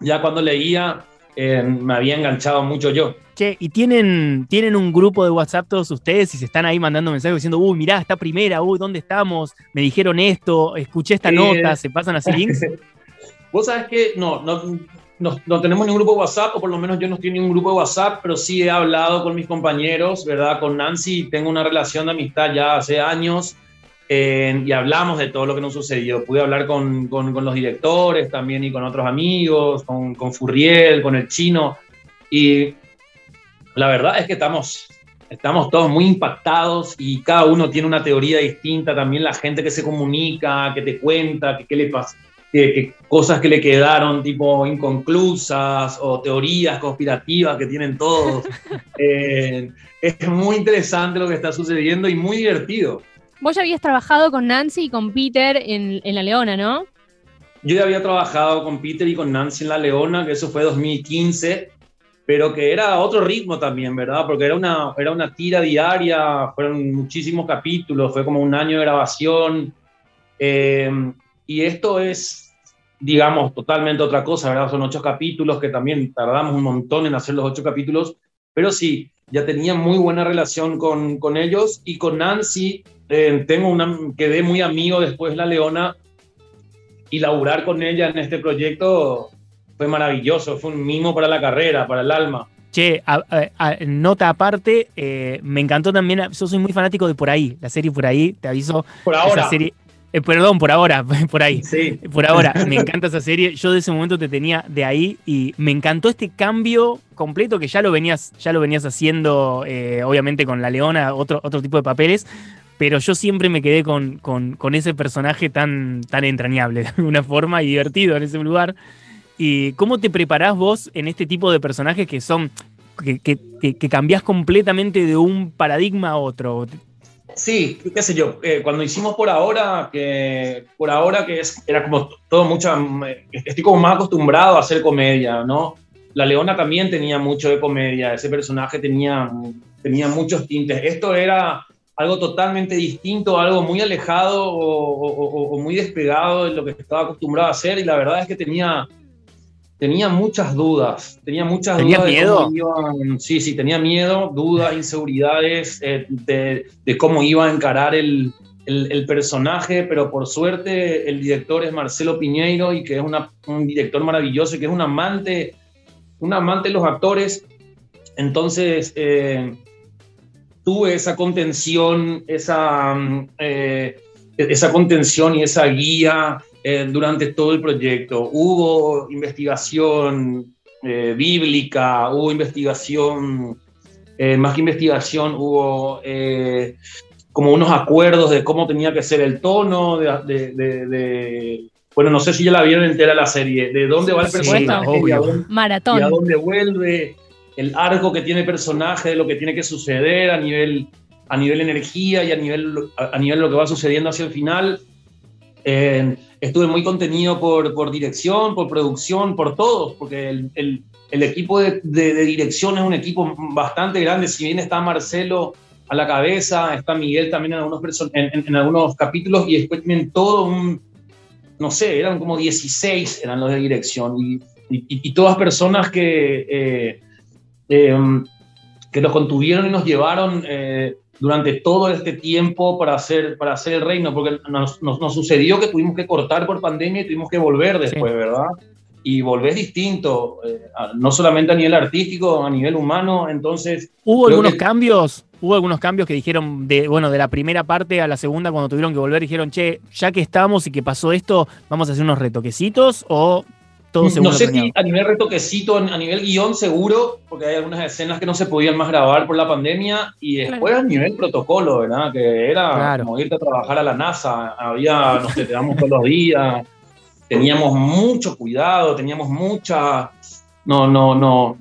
S1: ya cuando leía, eh, me había enganchado mucho yo.
S2: Che, ¿y tienen, tienen un grupo de WhatsApp todos ustedes y se están ahí mandando mensajes diciendo, uy, mirá, está primera, uy, ¿dónde estamos? Me dijeron esto, escuché esta
S1: Eh.
S2: nota, se pasan así links?
S1: Vos sabés que no, no, no, no tenemos ningún grupo de WhatsApp, o por lo menos yo no estoy en ningún grupo de WhatsApp, pero sí he hablado con mis compañeros, ¿verdad? Con Nancy, tengo una relación de amistad ya hace años eh, y hablamos de todo lo que nos sucedió. Pude hablar con, con- con los directores también y con otros amigos, con, con Furriel, con el chino, y la verdad es que estamos. Estamos todos muy impactados y cada uno tiene una teoría distinta. También la gente que se comunica, que te cuenta, que qué le pasa, que- que cosas que le quedaron tipo inconclusas o teorías conspirativas que tienen todos. Eh, es muy interesante lo que está sucediendo y muy divertido.
S3: Vos ya habías trabajado con Nancy y con Peter en, en La Leona, ¿no?
S1: Yo ya había trabajado con Peter y con Nancy en La Leona, que eso fue 2015, pero que era otro ritmo también, ¿verdad? Porque era una, era una tira diaria, fueron muchísimos capítulos, fue como un año de grabación. eh, y esto es, digamos, totalmente otra cosa, ¿verdad? Son ocho capítulos que también tardamos un montón en hacer los ocho capítulos, pero sí, ya tenía muy buena relación con, con ellos y con Nancy. eh, tengo una, quedé muy amigo después de La Leona y laburar con ella en este proyecto fue maravilloso, fue un mimo para la carrera, para el alma.
S2: Che, a- a- a- nota aparte, eh, me encantó también, yo soy muy fanático de Por ahí, la serie Por ahí, te aviso.
S1: Por
S2: esa
S1: ahora.
S2: serie- eh, perdón, por ahora, por ahí.
S1: Sí.
S2: Por ahora, me encanta esa serie. Yo de ese momento te tenía de ahí y me encantó este cambio completo que ya lo venías, ya lo venías haciendo, eh, obviamente con La Leona, otro, otro tipo de papeles, pero yo siempre me quedé con, con- con ese personaje tan, tan entrañable de alguna forma y divertido en ese lugar. ¿Y cómo te preparás vos en este tipo de personajes que son, que, que, que- que cambiás completamente de un paradigma a otro?
S1: Sí, qué sé yo, eh, cuando hicimos por ahora, que por ahora que es, era como todo mucha, eh, estoy como más acostumbrado a hacer comedia, ¿no? La Leona también tenía mucho de comedia, ese personaje tenía, tenía muchos tintes. Esto era algo totalmente distinto, algo muy alejado o, o- o- o muy despegado de lo que estaba acostumbrado a hacer y la verdad es que tenía, tenía muchas dudas. Tenía muchas
S4: ¿Tenías
S1: dudas. de
S4: miedo?
S1: cómo iban- sí, sí, tenía miedo, dudas, inseguridades eh, de, de cómo iba a encarar el, el- el personaje, pero por suerte el director es Marcelo Piñeiro y que es una- un director maravilloso y que es un amante, un amante de los actores. Entonces, eh, tuve esa contención, esa, mm, eh, esa contención y esa guía eh, durante todo el proyecto. Hubo investigación eh, bíblica, hubo investigación, eh, más que investigación, hubo eh, como unos acuerdos de cómo tenía que ser el tono, de... de- de- de- bueno, no sé si ya la vieron entera la serie, de dónde va el
S3: Sí,
S1: personaje, y a
S2: obvio.
S1: dónde- y a
S3: Maratón.
S1: dónde vuelve, el arco que tiene el personaje, de lo que tiene que suceder a nivel, a nivel energía y a nivel, a a nivel lo que va sucediendo hacia el final. Eh, estuve muy contenido por, por dirección, por producción, por todos, porque el, el- el equipo de, de- de dirección es un equipo bastante grande, si bien está Marcelo a la cabeza, está Miguel también en algunos, person- en, en- en algunos capítulos y después tienen todo un, no sé, eran como 16 eran los de dirección y y, y- y todas personas que, eh, em, que nos contuvieron y nos llevaron eh, durante todo este tiempo para hacer, para hacer el reino, porque nos, nos- nos sucedió que tuvimos que cortar por pandemia y tuvimos que volver después, ¿verdad? Y volvés distinto, eh, a- no solamente a nivel artístico, a nivel humano, entonces
S2: ¿Hubo
S1: Creo
S2: algunos
S1: que-
S2: cambios? ¿Hubo algunos cambios que dijeron, de, bueno, de la primera parte a la segunda, cuando tuvieron que volver, dijeron, che, ya que estamos y que pasó esto, vamos a hacer unos retoquecitos o todo según
S1: No
S2: lo
S1: sé
S2: planeado?
S1: si a nivel retoquecito, a nivel guión seguro, porque hay algunas escenas que no se podían más grabar por la pandemia, y después a nivel protocolo, ¿verdad? Que era
S2: Claro.
S1: como irte a trabajar a la NASA, había, nos quedamos todos los días, teníamos mucho cuidado, teníamos mucha... No, no, no,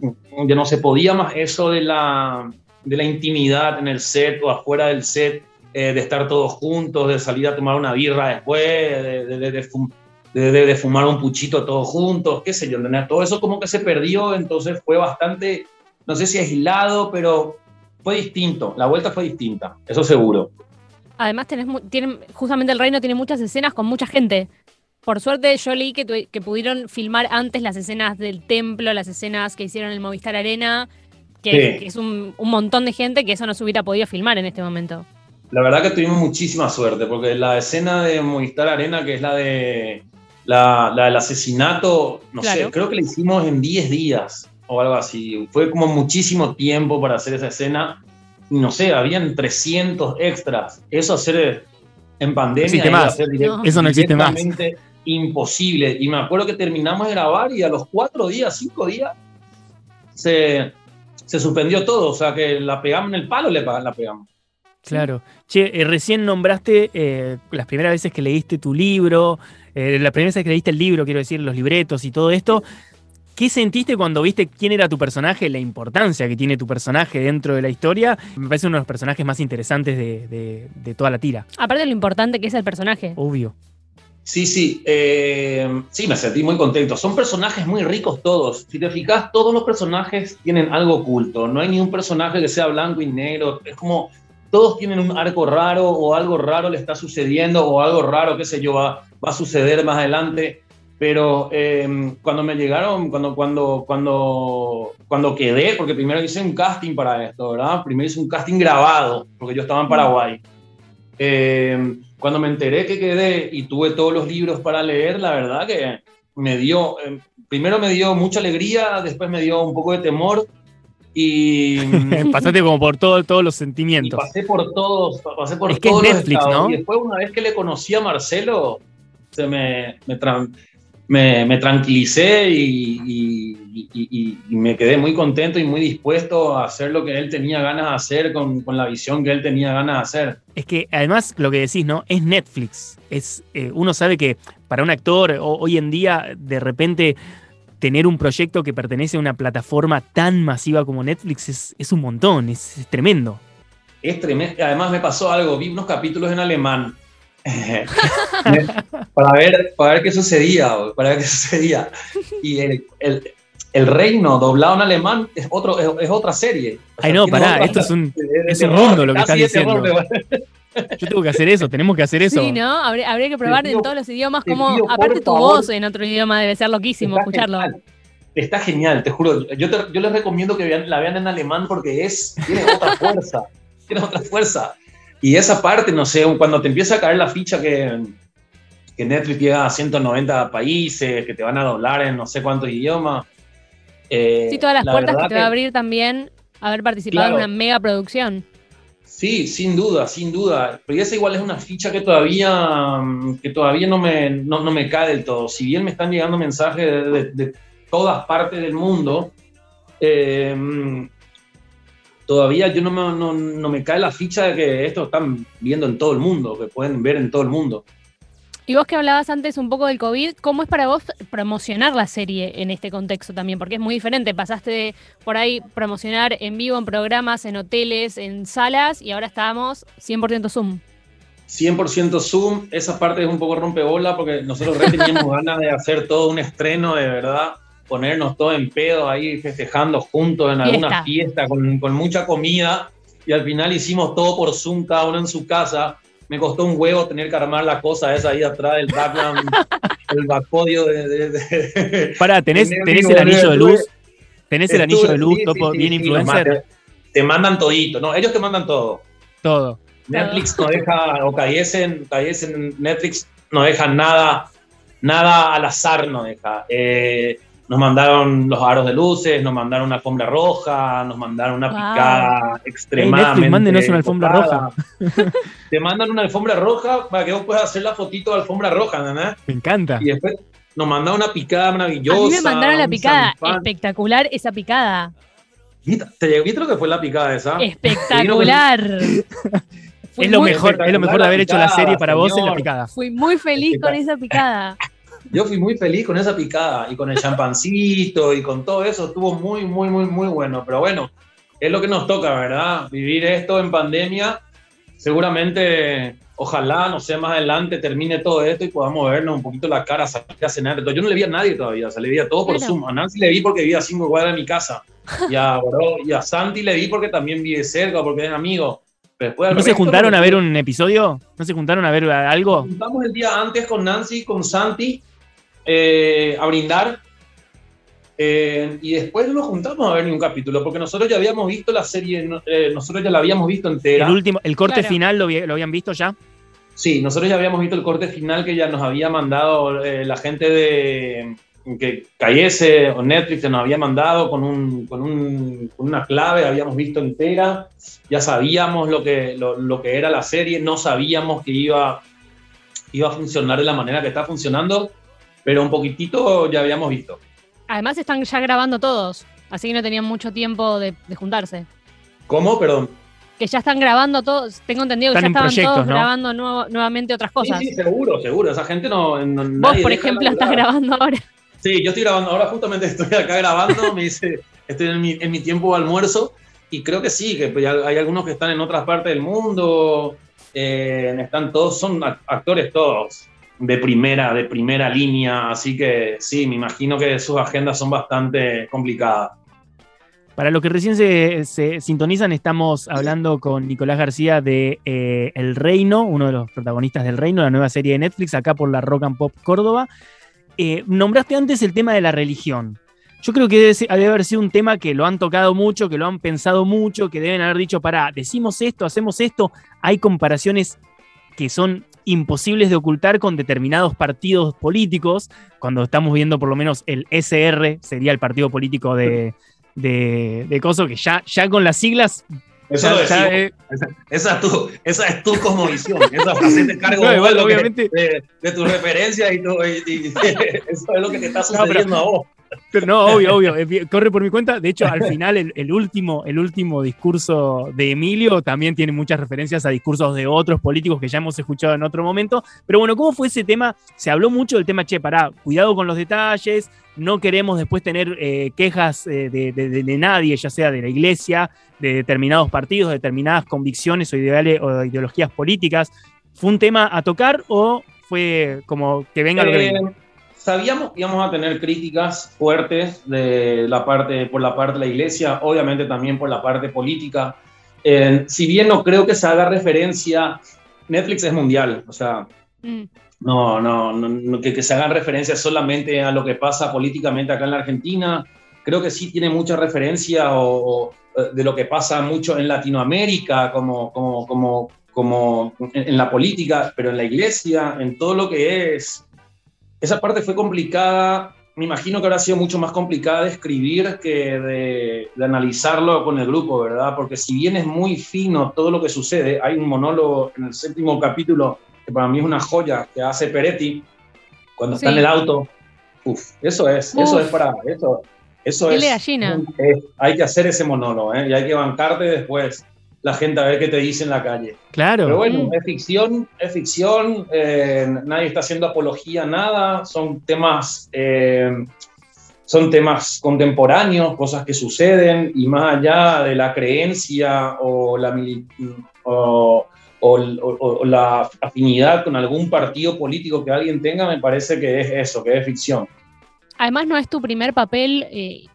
S1: ya no se podía más eso de la, de la intimidad en el set o afuera del set, eh, de estar todos juntos, de salir a tomar una birra después, de, de- de- de fum- de- de- de fumar un puchito todos juntos, qué sé yo, ¿entendés? todo eso como que se perdió, entonces fue bastante, no sé si aislado, pero fue distinto, la vuelta fue distinta, eso seguro.
S3: Además, tenés, mu- tienen, justamente el reino tiene muchas escenas con mucha gente. Por suerte, yo leí que, tu- que pudieron filmar antes las escenas del templo, las escenas que hicieron en el Movistar Arena, que,
S1: Sí.
S3: que es un, un montón de gente que eso no se hubiera podido filmar en este momento.
S1: La verdad que tuvimos muchísima suerte, porque la escena de Movistar Arena, que es la de la, la del asesinato, no
S3: Claro.
S1: sé, creo que la hicimos en 10 días o algo así. Fue como muchísimo tiempo para hacer esa escena. Y No sé, habían 300 extras. Eso hacer eh, en pandemia
S2: existe
S1: iba a
S2: más.
S1: ser direct-
S3: No.
S2: Eso no existe más.
S1: directamente Imposible. Y me acuerdo que terminamos de grabar y a los cuatro días, cinco días, se, se suspendió todo. O sea, que la pegamos en el palo, le pa- la pegamos.
S2: Claro. Che, eh, recién nombraste eh, las primeras veces que leíste tu libro, eh, las primeras veces que leíste el libro, quiero decir, los libretos y todo esto. ¿Qué sentiste cuando viste quién era tu personaje, la importancia que tiene tu personaje dentro de la historia? Me parece uno de los personajes más interesantes de, de- de toda la tira,
S3: Aparte de lo importante que es el personaje.
S2: obvio.
S1: Sí, sí, eh, sí, me sentí muy contento. Son personajes muy ricos todos. Si te fijas, todos los personajes tienen algo oculto. No hay ni un personaje que sea blanco y negro. Es como todos tienen un arco raro o algo raro le está sucediendo o algo raro, qué sé yo, va, va a suceder más adelante. Pero eh, cuando me llegaron, cuando, cuando, cuando, cuando quedé, porque primero hice un casting para esto, ¿verdad? Primero hice un casting grabado, porque yo estaba en Paraguay. Eh, cuando me enteré que quedé y tuve todos los libros para leer, la verdad que me dio, eh, primero me dio mucha alegría, después me dio un poco de temor y,
S2: Pasaste Eh, como por todo- todos los
S1: y
S2: sentimientos.
S1: pasé por todos, pasé por
S2: Es que es
S1: todos los
S2: Netflix,
S1: estados.
S2: ¿no?
S1: Y después una vez que le conocí a Marcelo, se me, me, tran- me- me tranquilicé y, y- y- y- y me quedé muy contento y muy dispuesto a hacer lo que él tenía ganas de hacer con, con la visión que él tenía ganas de hacer.
S2: Es que además lo que decís, ¿no? Es Netflix. Es, eh, uno sabe que para un actor ho- hoy en día, de repente, tener un proyecto que pertenece a una plataforma tan masiva como Netflix es, es un montón, es, es tremendo.
S1: Es tremendo. Además me pasó algo, vi unos capítulos en alemán. para, ver, para ver qué sucedía, bro, para ver qué sucedía. Y el, el- el reino doblado en alemán es, otro, es, es otra serie. O sea,
S2: Ay, no,
S1: tiene
S2: pará,
S1: otra-
S2: esto es un.
S1: de
S2: es un
S1: terror,
S2: mundo lo que
S1: casi
S2: estás
S1: de terror,
S2: diciendo.
S1: me-
S2: Yo tengo que hacer eso, tenemos que hacer eso.
S3: Sí, ¿no? Habría, habría que probar
S1: pido-
S3: en todos los idiomas
S1: te
S3: como,
S1: pido, por
S3: aparte tu
S1: favor.
S3: voz en otro idioma debe ser loquísimo
S1: Está
S3: escucharlo.
S1: genial. está genial, te juro. Yo, te- yo les recomiendo que vean- la vean en alemán porque es, tiene otra fuerza, tiene otra fuerza. Y esa parte, no sé, cuando te empieza a caer la ficha que, que Netflix llega a 190 países, que te van a doblar en no sé cuántos idiomas. eh,
S3: Sí, todas las
S1: la
S3: puertas que
S1: verdad
S3: te va a abrir también haber participado
S1: Claro.
S3: en una mega producción.
S1: Sí, sin duda, sin duda. Pero esa igual es una ficha que todavía, mm, que todavía no, me, no, no me cae del todo. Si bien me están llegando mensajes de, de- de todas partes del mundo, eh, mm, todavía yo no me, no- no me cae la ficha de que esto están viendo en todo el mundo, que pueden ver en todo el mundo.
S3: Y vos que hablabas antes un poco del COVID, ¿cómo es para vos promocionar la serie en este contexto también? Porque es muy diferente, pasaste de por ahí promocionar en vivo, en programas, en hoteles, en salas, y ahora estamos 100% Zoom.
S1: 100% Zoom, esa parte es un poco rompebola porque nosotros re teníamos ganas de hacer todo un estreno de verdad, ponernos todo en pedo ahí festejando juntos en
S3: Fiesta.
S1: alguna fiesta con, con mucha comida y al final hicimos todo por Zoom, cada uno en su casa. Me costó un huevo tener que armar la cosa esa ahí atrás del background, el backpodio de- de- de,
S2: Pará, ¿tenés, tenés el
S1: Tenés boludo,
S2: anillo de
S1: estuve-
S2: luz? ¿Tenés el anillo
S1: Estuve-
S2: de luz,
S1: sí, sí,
S2: topo,
S1: sí,
S2: bien
S1: sí,
S2: influencer?
S1: nomás te, te mandan todito, no, ellos te mandan todo.
S2: Todo.
S1: Netflix no deja, o cayesen, cayesen, Netflix no deja nada, nada al azar no deja. Eh, nos mandaron los aros de luces, nos mandaron una alfombra roja, nos mandaron una
S3: Wow.
S1: picada extremadamente.
S2: Netflix, mándenos una alfombra
S1: copada. Te mandan una alfombra roja para que vos puedas hacer la fotito de alfombra roja, ¿verdad?
S2: Me encanta.
S1: Y después nos mandaron una picada
S3: A
S1: maravillosa.
S3: mí me mandaron la
S1: un
S3: picada,
S1: champán.
S3: espectacular esa picada,
S1: ¿Te llegó- ¿Viste lo que fue la picada esa?
S3: espectacular. Fui
S2: Es lo,
S3: muy-
S2: mejor, es lo mejor de haber hecho la
S1: Espectacular,
S2: serie para vos en la
S1: señor.
S2: picada.
S3: Fui muy feliz con esa picada.
S1: Yo fui muy feliz con esa picada y con el champancito y con todo eso. Estuvo muy, muy, muy, muy bueno. Pero bueno, es lo que nos toca, ¿verdad? Vivir esto en pandemia. Seguramente, ojalá, no sé, más adelante termine todo esto y podamos vernos un poquito la cara, salir a cenar. Yo no le vi a nadie todavía, o sea, le vi a todo por
S3: Claro.
S1: Zoom. A Nancy le vi porque vivía a cinco cuadras de mi casa. Y a, Boró- y a Santi le vi porque también vive cerca, porque es amigo. Pero después al
S2: ¿No se
S1: resto,
S2: juntaron
S1: no
S2: a ver un episodio? ¿No se juntaron a ver algo?
S1: juntamos el día antes con Nancy, con Santi, eh, a brindar. eh, y después no nos juntamos a ver ni un capítulo, porque nosotros ya habíamos visto la serie, no- eh, nosotros ya la habíamos visto entera.
S2: El último, el corte
S3: Claro.
S2: final lo, vi- lo habían visto ya.
S1: Sí, nosotros ya habíamos visto el corte final que ya nos había mandado eh, la gente de que cayese o Netflix que nos había mandado con, un, con, un- con una clave, habíamos visto entera, ya sabíamos lo que, lo, lo que era la serie, no sabíamos que iba, iba a funcionar de la manera que está funcionando, pero un poquitito ya habíamos visto.
S3: Además están ya grabando todos, así que no tenían mucho tiempo de- de juntarse.
S1: ¿Cómo? Perdón.
S3: que ya están grabando todos, tengo entendido que
S2: Están
S3: ya
S2: en
S3: estaban
S2: proyectos,
S3: todos
S2: ¿no?
S3: grabando nuevo- nuevamente otras cosas.
S1: Sí, sí, seguro, seguro. Esa gente no... no-
S3: Vos,
S1: nadie
S3: por
S1: deja de
S3: ejemplo, estás
S1: laburar.
S3: grabando ahora.
S1: Sí, yo estoy grabando, ahora justamente estoy acá grabando, me dice, estoy en mi, en mi tiempo de almuerzo y creo que sí, que hay- hay algunos que están en otras partes del mundo, eh, están todos, son ac- actores todos de primera, de primera línea, así que sí, me imagino que sus agendas son bastante complicadas.
S2: Para los que recién se, se sintonizan, estamos hablando con Nicolás García de eh, El Reino, uno de los protagonistas del Reino, la nueva serie de Netflix, acá por la Rock and Pop Córdoba. Eh, nombraste antes el tema de la religión. Yo creo que debe, ser- debe haber sido un tema que lo han tocado mucho, que lo han pensado mucho, que deben haber dicho, para, decimos esto, hacemos esto, hay comparaciones que son imposibles de ocultar con determinados partidos políticos, cuando estamos viendo por lo menos el SR, sería el partido político de, de, de coso que ya, ya con las siglas
S1: Eso
S2: ya-
S1: lo
S2: ya,
S1: decimos.
S2: eh,
S1: Esa, esa es tu, esa es tu cosmovisión, esa frase te cargo
S2: No,
S1: vos
S2: igual,
S1: de lo que-
S2: obviamente.
S1: de, de tus referencias y, tu- y- y- eso es lo que te está
S2: pero-
S1: sucediendo a vos.
S2: pero no obvio obvio eh, bien, corre por mi cuenta de hecho al final el, el último el último discurso de Emilio también tiene muchas referencias a discursos de otros políticos que ya hemos escuchado en otro momento pero bueno cómo fue ese tema se habló mucho del tema che pará cuidado con los detalles no queremos después tener eh, quejas eh, de, de- de- de nadie ya sea de la iglesia de determinados partidos de determinanas convicciones o ideales o ideologías políticas fue un tema a tocar o fue como que venga lo que venga
S1: Eh, Sabíamos que íbamos a tener críticas fuertes de la parte, por la parte de la iglesia, obviamente también por la parte política. Eh, si bien no creo que se haga referencia, Netflix es mundial, o sea,
S3: Mm,
S1: No, no, no, no, que, que se hagan referencias solamente a lo que pasa políticamente acá en la Argentina. Creo que sí tiene mucha referencia o, o, de lo que pasa mucho en Latinoamérica, como, como, como, como en, en la política, pero en la iglesia, en todo lo que es. Esa parte fue complicada. Me imagino que habrá sido mucho más complicada de escribir que de, de analizarlo con el grupo, ¿verdad? Porque si bien es muy fino todo lo que sucede, hay un monólogo en el séptimo capítulo que para mí es una joya que hace Peretti cuando sí. está en el auto. Uf, eso es, Uf. eso es para eso. Eso
S2: Pues,
S1: es,
S3: gallina.
S1: es, Hay que hacer ese monólogo ¿eh? y hay que bancarte después la gente a ver qué te dice en la calle.
S2: Claro.
S1: Pero bueno, mm. es ficción, es ficción, eh, nadie está haciendo apología a nada, son temas, eh, son temas contemporáneos, cosas que suceden y más allá de la creencia o la, o, o, o, o, la afinidad con algún partido político que alguien tenga, me parece que es eso, que es ficción.
S3: Además, no es tu primer papel eh,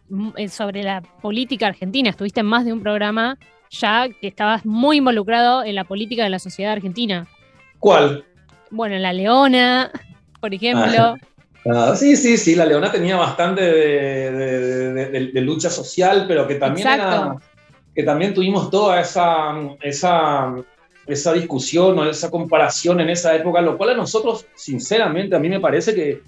S3: sobre la política argentina. Estuviste en más de un programa ya que estabas muy involucrado en la política de la sociedad argentina.
S1: ¿Cuál?
S3: Bueno, en La Leona, por ejemplo.
S1: Ah, ah, sí, sí, sí, La Leona tenía bastante de, de, de, de lucha social, pero que también, era, que también tuvimos toda esa, esa esa discusión o esa comparación en esa época, lo cual a nosotros, sinceramente, a mí me parece que,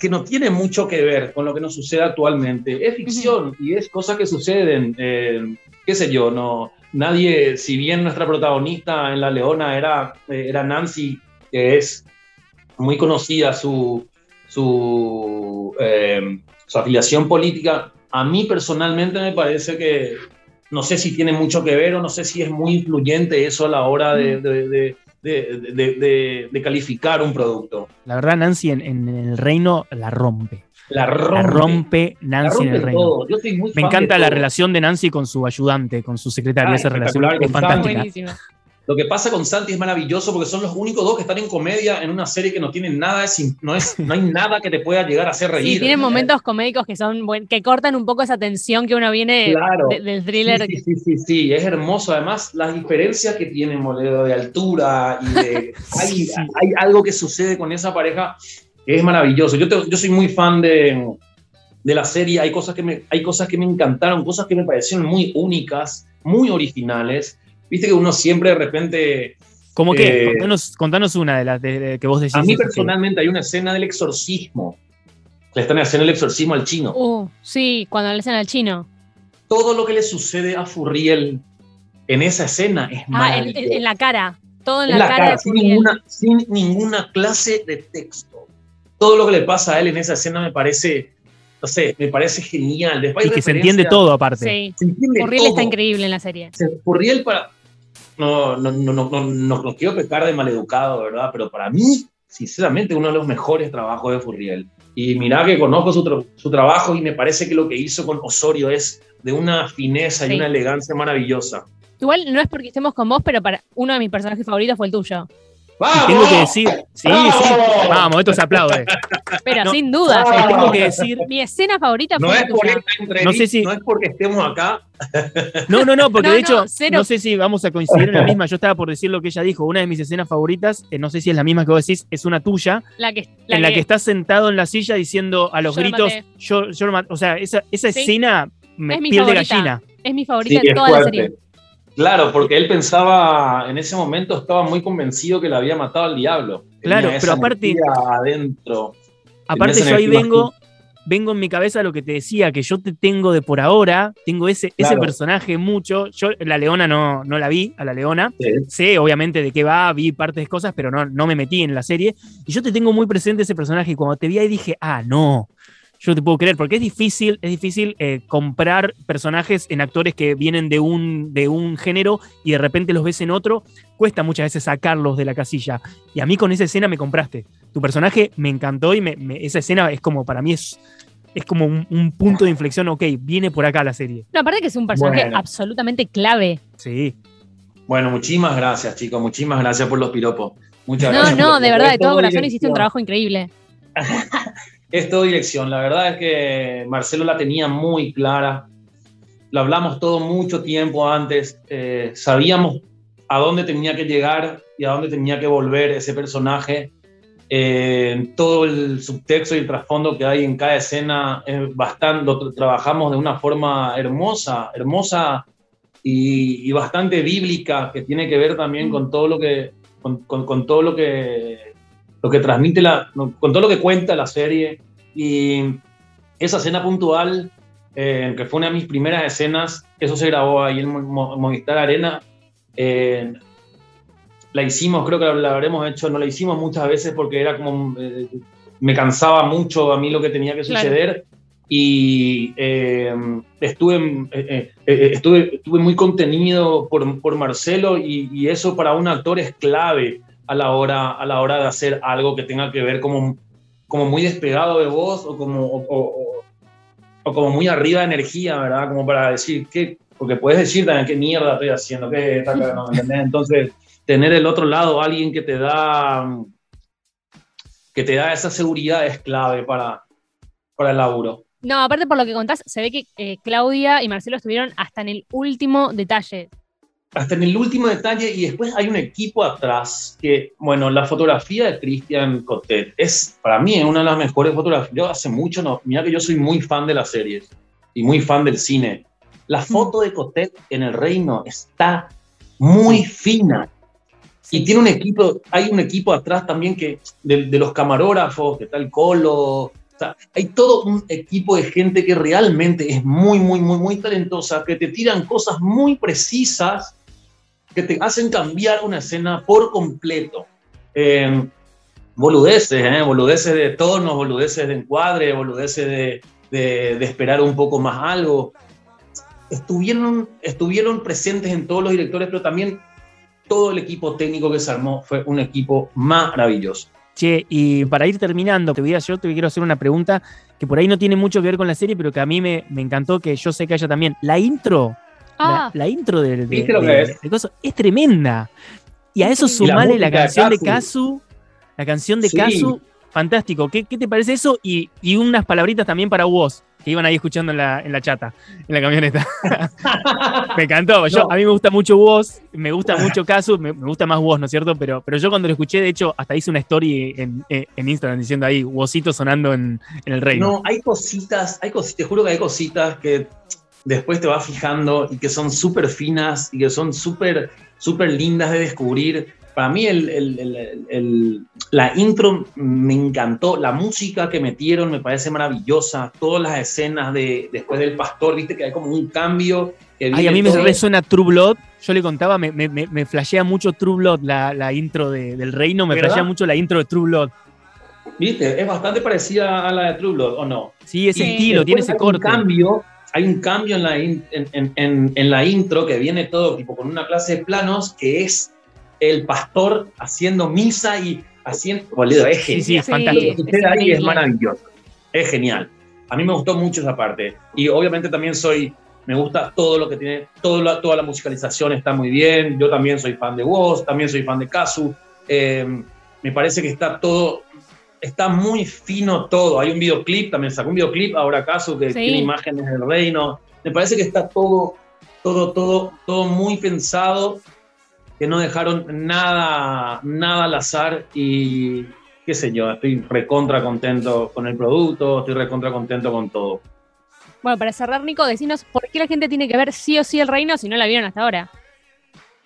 S1: que no tiene mucho que ver con lo que nos sucede actualmente. Es ficción uh -huh. y es cosas que suceden, eh, qué sé yo, no, nadie, si bien nuestra protagonista en La Leona era, eh, era Nancy, que es muy conocida su, su, eh, su afiliación política, a mí personalmente me parece que, no sé si tiene mucho que ver o no sé si es muy influyente eso a la hora
S2: Mm.
S1: de, de, de, de calificar un producto.
S2: La verdad, Nancy en, en, el reino la rompe.
S1: La rompe.
S2: La rompe Nancy la rompe en el reino.
S1: Todo. Yo soy muy
S2: Me encanta la relación de Nancy con su ayudante, con su secretaria. Ah, Esa relación es fantástica.
S1: Lo que pasa con Santi es maravilloso porque son los únicos dos que están en comedia en una serie que no tienen nada, no, es, no hay nada que te pueda llegar a hacer reír.
S3: Sí, tienen momentos comédicos que son buen, que cortan un poco esa tensión que uno viene claro. de, del thriller.
S1: Sí, sí, sí, sí, es hermoso. Además, las diferencias que tienen, boludo, de altura y de. Hay, sí. hay, algo que sucede con esa pareja que es maravilloso. Yo, te, yo soy muy fan de, de la serie. Hay cosas, que me, hay cosas que me encantaron, cosas que me parecieron muy únicas, muy originales. Viste que uno siempre de repente.
S2: ¿Cómo que? Eh, contanos, contanos, una de las de, de, que vos decís.
S1: A mí personalmente hay una escena del exorcismo. Le están haciendo el exorcismo al chino.
S3: Uh, sí, cuando le hacen al chino.
S1: Todo lo que le sucede a Furriel en esa escena es
S3: Ah, en, en, la cara. Todo en, en la, la, cara, cara de
S1: sin, ninguna, sin ninguna clase de texto. Todo lo que le pasa a él en esa escena me parece no sé, me parece genial. Después
S2: y que se entiende todo aparte.
S3: Sí, Furriel está increíble en la serie.
S1: Furriel para... No, no, no, no, no, quiero pecar de maleducado, ¿verdad? Pero para mí, sinceramente, uno de los mejores trabajos de Furriel. Y mirá que conozco su, trabajo y me parece que lo que hizo con Osorio es de una fineza y una elegancia maravillosa.
S3: Igual no es porque estemos con vos, pero para uno de mis personajes favoritos fue el tuyo.
S2: ¡Vamos! Tengo que decir, sí, ¡Vamos! sí, vamos, esto se aplaude.
S3: Pero no, sin duda,
S2: o sea, tengo que decir,
S3: mi escena favorita
S1: no
S3: fue
S1: es por esta no, sé si, no es porque estemos acá.
S2: No, no, no, porque no, de hecho, no sé si vamos a coincidir en la misma. Yo estaba por decir lo que ella dijo. Una de mis escenas favoritas, eh, no sé si es la misma que vos decís, es una tuya,
S3: la que,
S2: la en la que, que estás sentado en la silla diciendo a los yo gritos, lo yo, yo lo O sea, esa, esa ¿Sí? escena me es piel
S3: favorita.
S2: de gallina.
S3: Es mi favorita sí, de toda la serie.
S1: Claro, porque él pensaba, en ese momento estaba muy convencido que le había matado al diablo.
S2: Claro, pero aparte.
S1: Adentro.
S2: Aparte, yo ahí vengo, vengo en mi cabeza a lo que te decía, que yo te tengo de por ahora, tengo ese, claro. ese personaje mucho. Yo la leona no, no la vi, a la leona. Sí. Sé, obviamente, de qué va, vi partes de cosas, pero no, no me metí en la serie. Y yo te tengo muy presente ese personaje. Y cuando te vi ahí dije, ah, no yo te puedo creer, porque es difícil, es difícil eh, comprar personajes en actores que vienen de un, de un género y de repente los ves en otro, cuesta muchas veces sacarlos de la casilla. Y a mí con esa escena me compraste. Tu personaje me encantó y me, me, esa escena es como, para mí es, es como un, un, punto de inflexión, ok, viene por acá la serie.
S3: No, aparte que es un personaje bueno. absolutamente clave.
S2: Sí.
S1: Bueno, muchísimas gracias, chicos, muchísimas gracias por los piropos. Muchas
S3: no,
S1: gracias.
S3: No, no, de verdad, de todo corazón dirección. hiciste un trabajo increíble.
S1: es todo dirección. La verdad es que Marcelo la tenía muy clara. Lo hablamos todo mucho tiempo antes. Eh, sabíamos a dónde tenía que llegar y a dónde tenía que volver ese personaje. eh, todo el subtexto y el trasfondo que hay en cada escena, eh, bastante, lo trabajamos de una forma hermosa, hermosa y, y, bastante bíblica, que tiene que ver también con todo lo que, con, con, con todo lo que, lo que transmite, la, con todo lo que cuenta la serie. Y esa escena puntual, eh, que fue una de mis primeras escenas, eso se grabó ahí en Mo Movistar Arena Eh, la hicimos, creo que la, la, habremos hecho, no la hicimos muchas veces porque era como, eh, me cansaba mucho a mí lo que tenía que suceder claro. y eh, estuve, eh, estuve, estuve muy contenido por, por Marcelo y, y, eso para un actor es clave a la hora, a la hora de hacer algo que tenga que ver como, como muy despegado de vos o como, o, o, o como muy arriba de energía, ¿verdad? Como para decir, ¿qué? Porque puedes decir también qué mierda estoy haciendo, qué está acá? ¿no? ¿entendés? Entonces tener el otro lado, alguien que te da que te da esa seguridad es clave para, para el laburo.
S3: No, aparte por lo que contás, se ve que eh, Claudia y Marcelo estuvieron hasta en el último detalle.
S1: Hasta en el último detalle y después hay un equipo atrás que, bueno, la fotografía de Cristian Cotet es para mí una de las mejores fotografías. Yo hace mucho, no, mira que yo soy muy fan de las series y muy fan del cine. La foto de Cotet en el reino está muy fina, y tiene un equipo, hay un equipo atrás también que de, de los camarógrafos, que está el Colo, o sea, hay todo un equipo de gente que realmente es muy, muy, muy, muy talentosa, que te tiran cosas muy precisas que te hacen cambiar una escena por completo. Eh, boludeces, eh, boludeces de tonos, boludeces de encuadre, boludeces de, de, de esperar un poco más algo. Estuvieron, estuvieron presentes en todos los directores, pero también todo el equipo técnico que se armó fue un equipo maravilloso.
S2: Che, y para ir terminando, te voy a, yo te quiero hacer una pregunta que por ahí no tiene mucho que ver con la serie, pero que a mí me, me encantó, que yo sé que haya también. La intro, ah, la, la, intro de, de,
S1: ¿viste lo de, que es?
S2: de cosa, es tremenda. Y a eso sumale la, la, canción de Kazu, la canción de sí. Kazu, fantástico. ¿Qué, ¿Qué, te parece eso? Y, y, unas palabritas también para vos, que iban ahí escuchando en la, en la chata, en la camioneta. me encantó. Yo, no. A mí me gusta mucho vos, me gusta mucho Casu, me, me, gusta más vos, ¿no es cierto? Pero, pero yo cuando lo escuché, de hecho, hasta hice una story en, en, en Instagram diciendo ahí, vosito sonando en, en, el reino.
S1: No, hay cositas, hay cositas, te juro que hay cositas que después te vas fijando y que son súper finas y que son súper, súper lindas de descubrir para mí el, el, el, la intro me encantó, la música que metieron me parece maravillosa, todas las escenas de después del pastor, viste que hay como un cambio. Que
S2: Ay, a mí me resuena True Blood, yo le contaba, me, me, me flashea mucho True Blood la, la intro de, del reino, me ¿verdad? flashea mucho la intro de True Blood.
S1: Viste, es bastante parecida a la de True Blood, ¿o no?
S2: Sí, ese y estilo, tiene ese
S1: hay
S2: corte.
S1: Un cambio, hay un cambio en la, in, en, en, en la intro que viene todo tipo con una clase de planos que es el pastor haciendo misa y haciendo. Boludo, es genial.
S2: Sí, sí, fantástico.
S1: Sí, ahí es maravilloso. Es genial. A mí me gustó mucho esa parte. Y obviamente también soy. Me gusta todo lo que tiene. Todo la, toda la musicalización está muy bien. Yo también soy fan de Woz, también soy fan de Kazu. Eh, me parece que está todo. Está muy fino todo. Hay un videoclip, también sacó un videoclip ahora Kazu que tiene imágenes del reino. Me parece que está todo, todo, todo, todo muy pensado que no dejaron nada, nada al azar y qué sé yo, estoy recontra contento con el producto, estoy recontra contento con todo.
S3: Bueno, para cerrar, Nico, decinos por qué la gente tiene que ver sí o sí el reino si no la vieron hasta ahora.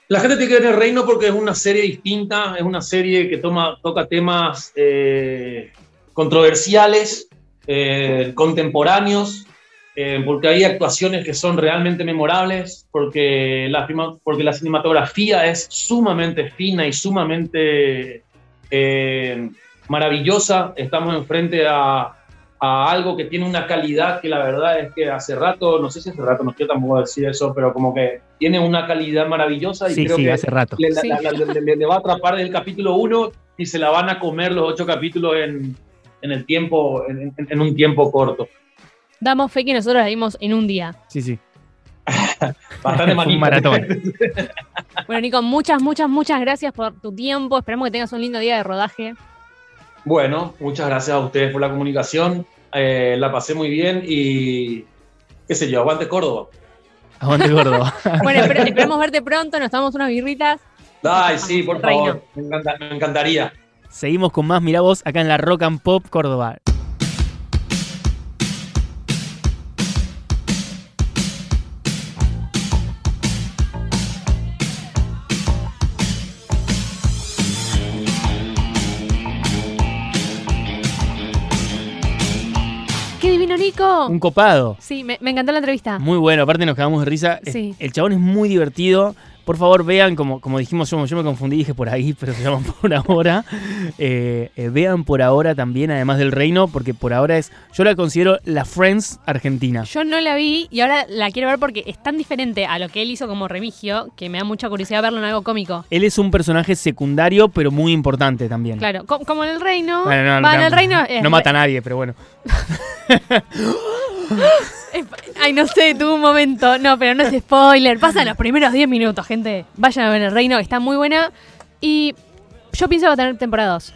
S1: La gente tiene que ver el reino porque es una serie distinta, es una serie que toma, toca temas eh, controversiales, eh, contemporáneos, eh, porque hay actuaciones que son realmente memorables, porque la, porque la cinematografía es sumamente fina y sumamente eh, maravillosa. Estamos enfrente a, a, algo que tiene una calidad que la verdad es que hace rato, no sé si hace rato, no quiero tampoco decir eso, pero como que tiene una calidad maravillosa y
S2: sí,
S1: creo
S2: sí,
S1: que
S2: hace rato.
S1: Le,
S2: sí.
S1: la, la, le, le, va a atrapar del capítulo 1 y se la van a comer los ocho capítulos en, en el tiempo, en, en un tiempo corto
S3: damos fe que nosotros la vimos en un día.
S2: Sí, sí.
S1: Bastante
S2: un maratón.
S3: bueno, Nico, muchas, muchas, muchas gracias por tu tiempo. Esperamos que tengas un lindo día de rodaje.
S1: Bueno, muchas gracias a ustedes por la comunicación. Eh, la pasé muy bien y qué sé yo, aguante Córdoba.
S2: Aguante Córdoba.
S3: bueno, esper esperemos verte pronto, nos tomamos unas birritas.
S1: Ay, sí, por favor. Me, encanta, me encantaría.
S2: Seguimos con más Mirá Vos acá en la Rock and Pop Córdoba.
S3: ¡Qué divino, Nico!
S2: Un copado.
S3: Sí, me, me encantó la entrevista.
S2: Muy bueno, aparte nos cagamos de risa. Es-
S3: Ah. Sí.
S2: El chabón es muy divertido. Por favor, vean, como, como dijimos, yo, yo me confundí, dije por ahí, pero se llama por ahora. Eh, eh, vean por ahora también, además del reino, porque por ahora es. Yo la considero la Friends Argentina.
S3: Yo no la vi y ahora la quiero ver porque es tan diferente a lo que él hizo como Remigio que me da mucha curiosidad verlo en algo cómico.
S2: Él es un personaje secundario, pero muy importante también.
S3: Claro, co- como en el reino.
S2: Bueno, no,
S3: Va,
S2: no,
S3: en el reino. es-
S2: no mata a nadie, pero bueno.
S3: es- ay, no sé, tuve un momento. No, pero no es spoiler. Pasan los primeros 10 minutos, gente. Vayan a ver el reino, está muy buena. Y yo pienso que va a tener temporada 2.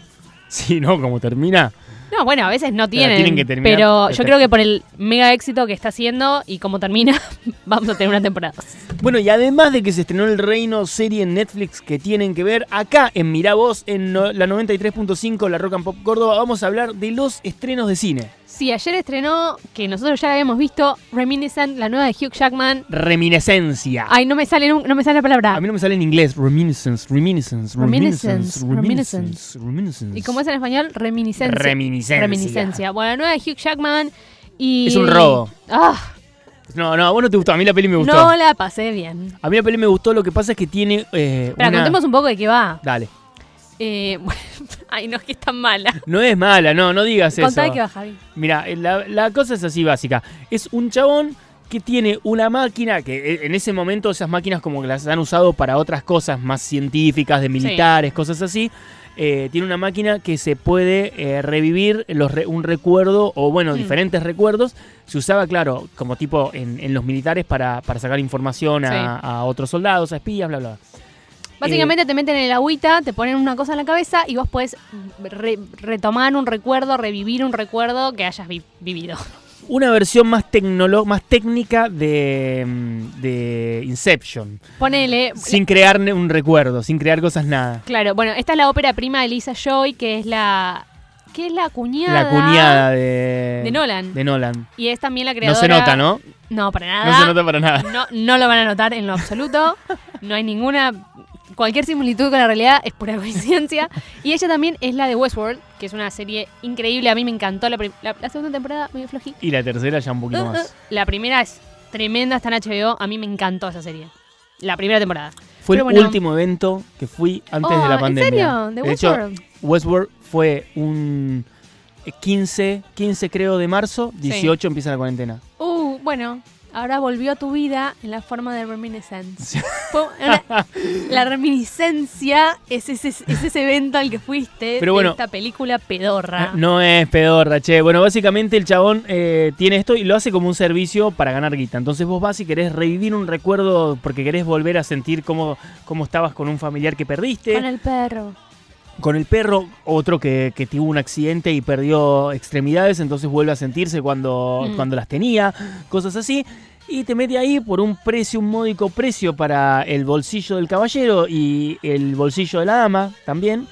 S2: Sí, ¿no? Como termina.
S3: No, bueno, a veces no tienen.
S2: tienen que terminar.
S3: pero yo
S2: Perfecto.
S3: creo que por el mega éxito que está haciendo y cómo termina, vamos a tener una temporada 2.
S2: Bueno, y además de que se estrenó El Reino, serie en Netflix que tienen que ver acá en Mirá Vos, en no- la 93.5, la Rock and Pop Córdoba, vamos a hablar de los estrenos de cine.
S3: Sí, ayer estrenó, que nosotros ya la habíamos visto, Reminiscent, la nueva de Hugh Jackman.
S2: Reminiscencia.
S3: Ay, ah. no me sale, nun- no me sale la palabra.
S2: A mí no me sale en inglés. Reminiscence, reminiscence,
S3: Reminiscence,
S2: reminiscence, reminiscence, reminiscence.
S3: ¿Y cómo es en español? Reminiscencia.
S2: Reminiscencia.
S3: Reminiscencia. Bueno, la nueva de Hugh Jackman y...
S2: Es un robo.
S3: Ah,
S2: No, no, a vos no te gustó. A mí la peli me gustó.
S3: no la pasé bien.
S2: A mí la peli me gustó. Lo que pasa es que tiene. Eh,
S3: Pero
S2: una-
S3: contemos un poco de qué va.
S2: Dale.
S3: Eh, bueno, ay, no, es que es tan mala.
S2: No es mala, no, no digas eso.
S3: Contá de qué va, Javi.
S2: Mira, eh, la, la cosa es así básica. Es un chabón que tiene una máquina, que eh, en ese momento esas máquinas como que las han usado para otras cosas más científicas, de militares, cosas así. Eh, tiene una máquina que se puede eh, revivir los re- un recuerdo o, bueno,
S3: Mm.
S2: diferentes recuerdos. Se usaba, claro, como tipo en, en los militares para, para sacar información a,
S3: Sí.
S2: a otros soldados, a espías, bla, bla.
S3: Básicamente
S2: Eh,
S3: te meten en el agüita, te ponen una cosa en la cabeza y vos podés re- retomar un recuerdo, revivir un recuerdo que hayas vi- vivido.
S2: Una versión más, tecnolo- más técnica de, mm, de Inception.
S3: Ponele...
S2: Sin crear ne- un recuerdo, sin crear cosas nada.
S3: Claro, bueno, esta es la ópera prima de Lisa Joy, que es la... ¿Qué es la cuñada?
S2: La cuñada de,
S3: De Nolan.
S2: de Nolan.
S3: Y es también la
S2: No
S3: creadora.
S2: se nota, ¿no?
S3: No, para nada.
S2: No se nota para nada.
S3: No- no lo van a notar en lo absoluto. No hay ninguna. Cualquier similitud con la realidad es pura coincidencia. Y ella también es la de Westworld, que es una serie increíble. A mí me encantó la, prim- la- la segunda temporada, medio flojita.
S2: Y la tercera ya un poquito
S3: Uh, uh.
S2: más.
S3: La primera es tremenda, está en HBO. A mí me encantó esa serie. La primera temporada.
S2: Fue el
S3: Pero bueno.
S2: último evento que fui antes
S3: Oh,
S2: de la pandemia.
S3: ¿En serio? ¿De
S2: de hecho,
S3: Westworld?
S2: Westworld fue un 15, 15 creo de marzo, 18 empieza la cuarentena.
S3: Uh, bueno. Ahora volvió a tu vida en la forma de Reminiscence. Fue una- la reminiscencia es ese, es ese evento al que fuiste
S2: Pero
S3: de
S2: bueno.
S3: esta película pedorra.
S2: Ah, No es pedorra, che. Bueno, básicamente el chabón eh, tiene esto y lo hace como un servicio para ganar guita. Entonces vos vas y querés revivir un recuerdo porque querés volver a sentir cómo, cómo estabas con un familiar que perdiste.
S3: Con el perro.
S2: con el perro, otro que, que tuvo un accidente y perdió extremidades, entonces vuelve a sentirse cuando,
S3: Mm.
S2: cuando las tenía, cosas así. Y te mete ahí por un precio, un módico precio para el bolsillo del caballero y el bolsillo de la dama también.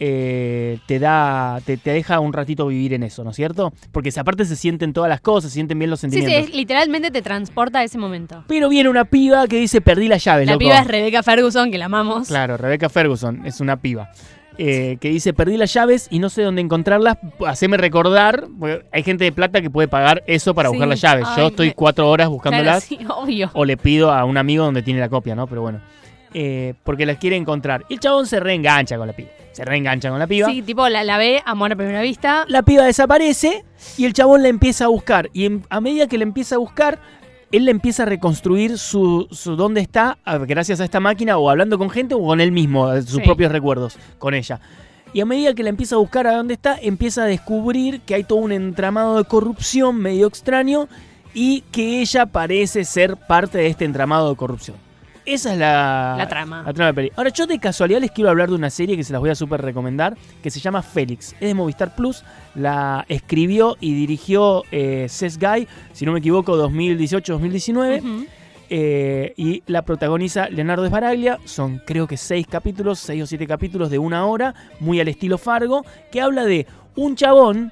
S2: eh, te da te, te deja un ratito vivir en eso, ¿no es cierto? Porque si aparte se sienten todas las cosas, se sienten bien los
S3: Sí, sí,
S2: sentimientos.
S3: es- literalmente te transporta a ese momento.
S2: Pero viene una piba que dice, perdí las llaves,
S3: La
S2: loco".
S3: piba es Rebecca Ferguson, que la amamos.
S2: Claro, Rebeca Ferguson es una piba. eh, que dice, perdí las llaves y no sé dónde encontrarlas, haceme recordar. porque Hay gente de plata que puede pagar eso para
S3: Sí.
S2: buscar las llaves. Yo
S3: Ay,
S2: estoy
S3: me-
S2: cuatro horas
S3: Claro,
S2: buscándolas
S3: sí, obvio.
S2: o le pido a un amigo donde tiene la copia, ¿no? Pero bueno. Eh, porque las quiere encontrar. Y el chabón se reengancha con la piba. Se reengancha con la piba.
S3: Sí, tipo, la, la ve, amor a primera vista.
S2: La piba desaparece y el chabón la empieza a buscar. Y en- a medida que la empieza a buscar, él la empieza a reconstruir su, su dónde está a- gracias a esta máquina o hablando con gente o con él mismo, eh, sus
S3: Sí.
S2: propios recuerdos con ella. Y a medida que la empieza a buscar a dónde está, empieza a descubrir que hay todo un entramado de corrupción medio extraño y que ella parece ser parte de este entramado de corrupción. Esa es la,
S3: La trama.
S2: la trama de la peli. Ahora, yo de casualidad les quiero hablar de una serie que se las voy a súper recomendar, que se llama Félix. Es de Movistar Plus, la escribió y dirigió eh, Seth Guy, si no me equivoco, 2018-2019.
S3: Ujú.
S2: Eh, y la protagoniza Leonardo Sbaraglia. Son creo que seis capítulos, seis o siete capítulos de una hora, muy al estilo Fargo, que habla de un chabón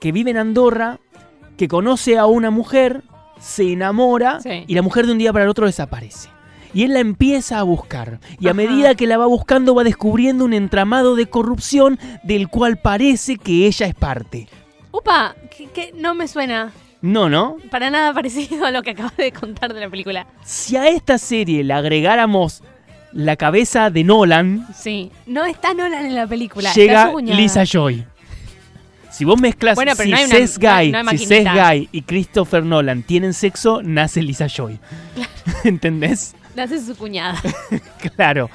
S2: que vive en Andorra, que conoce a una mujer, se enamora
S3: Sí.
S2: y la mujer de un día para el otro desaparece. Y él la empieza a buscar. Y a
S3: Ajá.
S2: medida que la va buscando va descubriendo un entramado de corrupción del cual parece que ella es parte.
S3: Upa, que, que no me suena
S2: No, ¿no?
S3: para nada parecido a lo que acabas de contar de la película.
S2: Si a esta serie le agregáramos la cabeza de Nolan,
S3: Sí, no está Nolan en la película. está
S2: llega
S3: su cuñada.
S2: Lisa Joy. Si vos mezclas
S3: Bueno, pero
S2: si
S3: no hay una-
S2: Seth
S3: no hay-
S2: Guy,
S3: no hay
S2: si Seth
S3: maquinita.
S2: Guy y Christopher Nolan tienen sexo, nace Lisa Joy. ¿Entendés?
S3: Nace su cuñada.
S2: Claro.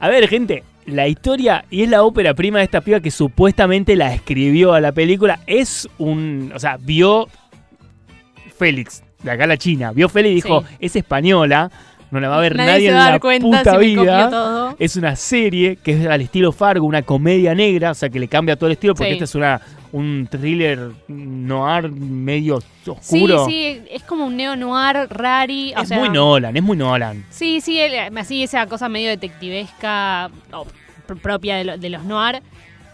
S2: A ver, gente, la historia y es la ópera prima de esta piba que supuestamente la escribió a la película. Es un. O sea, vio Félix, de acá a la China. Vio Félix y dijo:
S3: Sí.
S2: es española, no la va a ver nadie,
S3: se
S2: en
S3: va a
S2: la
S3: dar cuenta
S2: puta
S3: si me copió
S2: vida.
S3: todo.
S2: Es una serie que es al estilo Fargo, una comedia negra, o sea que le cambia todo el estilo porque
S3: Sí.
S2: esta es una un thriller noir medio oscuro.
S3: Sí, sí, es como un neo noir rari. o
S2: es
S3: sea,
S2: muy Nolan, es muy Nolan.
S3: Sí, sí, el- así esa cosa medio detectivesca o pr- propia de, lo- de los noir.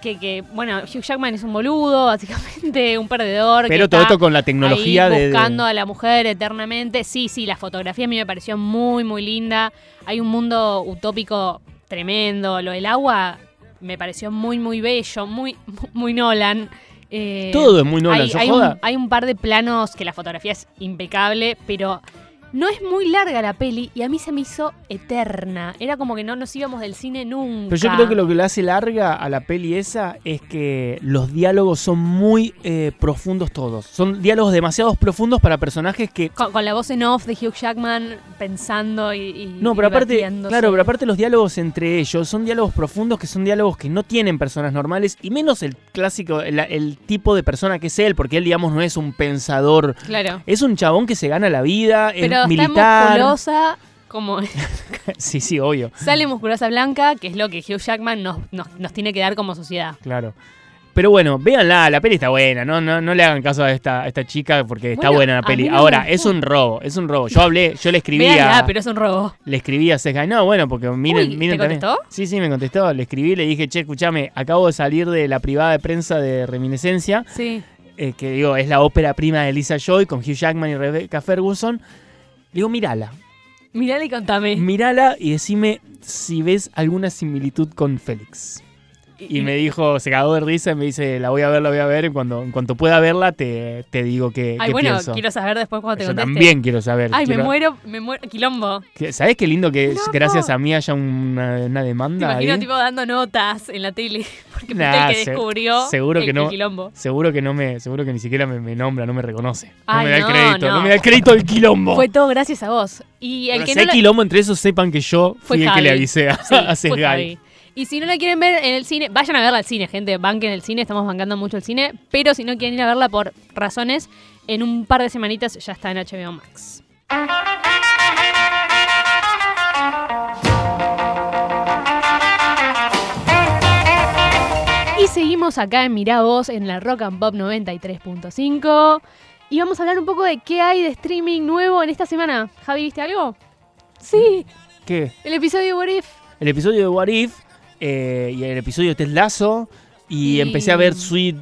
S3: Que, que, bueno, Hugh Jackman es un boludo, básicamente, un perdedor. que
S2: Pero todo
S3: está
S2: esto con la tecnología
S3: ahí
S2: de- de,
S3: buscando eh, a la mujer eternamente. Sí, sí, la fotografía a mí me pareció muy, muy linda. Hay un mundo utópico tremendo. Lo del agua me pareció muy, muy bello, muy, muy Nolan. Eh,
S2: Todo es muy Nolan,
S3: hay,
S2: yo
S3: hay
S2: joda.
S3: un, hay un par de planos que la fotografía es impecable, pero no es muy larga la peli y a mí se me hizo eterna. Era como que no nos íbamos del cine nunca.
S2: Pero yo creo que lo que le hace larga a la peli esa es que los diálogos son muy eh, profundos todos. Son diálogos demasiado profundos para personajes que...
S3: Con, con la voz en off de Hugh Jackman pensando y. y-
S2: No, pero aparte,
S3: divertiéndose.
S2: claro, pero aparte los diálogos entre ellos son diálogos profundos que son diálogos que no tienen personas normales y menos el clásico, el, el tipo de persona que es él, porque él, digamos, no es un pensador,
S3: Claro.
S2: es un chabón que se gana la vida, es
S3: Pero está
S2: militar.
S3: musculosa, como
S2: Sí, sí, obvio.
S3: sale musculosa blanca, que es lo que Hugh Jackman nos, nos- nos tiene que dar como sociedad.
S2: Claro. Pero bueno, véanla, la peli está buena, no, no, no le hagan caso a esta, a esta chica porque está
S3: Bueno,
S2: buena la
S3: a
S2: peli.
S3: mí no me
S2: Ahora,
S3: gustó.
S2: es un robo, es un robo. Yo hablé, yo le escribí
S3: Véanla,
S2: a,
S3: pero es un robo.
S2: le escribí a Sesga, no, bueno, porque miren,
S3: Uy,
S2: miren
S3: ¿te
S2: también.
S3: contestó?
S2: Sí, sí, me contestó, le escribí, le dije, che, escúchame, acabo de salir de la privada de prensa de Reminiscencia,
S3: Sí.
S2: eh, que digo, es la ópera prima de Lisa Joy con Hugh Jackman y Rebecca Ferguson. Le digo, mírala,
S3: Mirala y contame.
S2: mírala y decime si ves alguna similitud con Félix. Y me dijo, se cagó de risa y me dice, la voy a ver, la voy a ver. y Cuando, en cuanto pueda verla, te, te digo que,
S3: Ay,
S2: qué
S3: bueno,
S2: pienso.
S3: quiero saber después cuando te
S2: Yo
S3: conteste.
S2: también quiero saber.
S3: Ay, me
S2: quiero-
S3: muero, me muero. Quilombo.
S2: que- ¿Sabés qué lindo que es,
S3: Loco.
S2: gracias a mí haya una, una
S3: Te
S2: demanda?
S3: imagino
S2: ahí?
S3: tipo dando notas en la tele. Porque fuiste
S2: Nah,
S3: el que
S2: se-
S3: descubrió
S2: seguro
S3: el,
S2: que no.
S3: el quilombo.
S2: Seguro que no me, seguro que ni siquiera me, me nombra, no me reconoce. No
S3: Ay,
S2: me da el
S3: no,
S2: crédito, no.
S3: no.
S2: me da el crédito el quilombo.
S3: Fue todo gracias a vos. Y el
S2: Pero
S3: que
S2: Oh. si
S3: no
S2: hay
S3: la-
S2: quilombo entre esos, sepan que yo fui
S3: Fue
S2: el que le
S3: Javi.
S2: avisé a,
S3: Sí,
S2: a
S3: fue
S2: Sesgay.
S3: Javi. Y si no la quieren ver en el cine, vayan a verla al cine, gente. Banquen el cine, estamos bancando mucho el cine. Pero si no quieren ir a verla por razones, en un par de semanitas ya está en HBO Max. Y seguimos acá en Mirá Vos, en la Rock and Pop 93.5. Y vamos a hablar un poco de qué hay de streaming nuevo en esta semana. Javi, ¿viste algo? Sí,
S2: ¿Qué?
S3: el episodio de What If.
S2: El episodio de What If eh, y el episodio de Ted Lasso. Y,
S3: Y-
S2: empecé a ver Sweet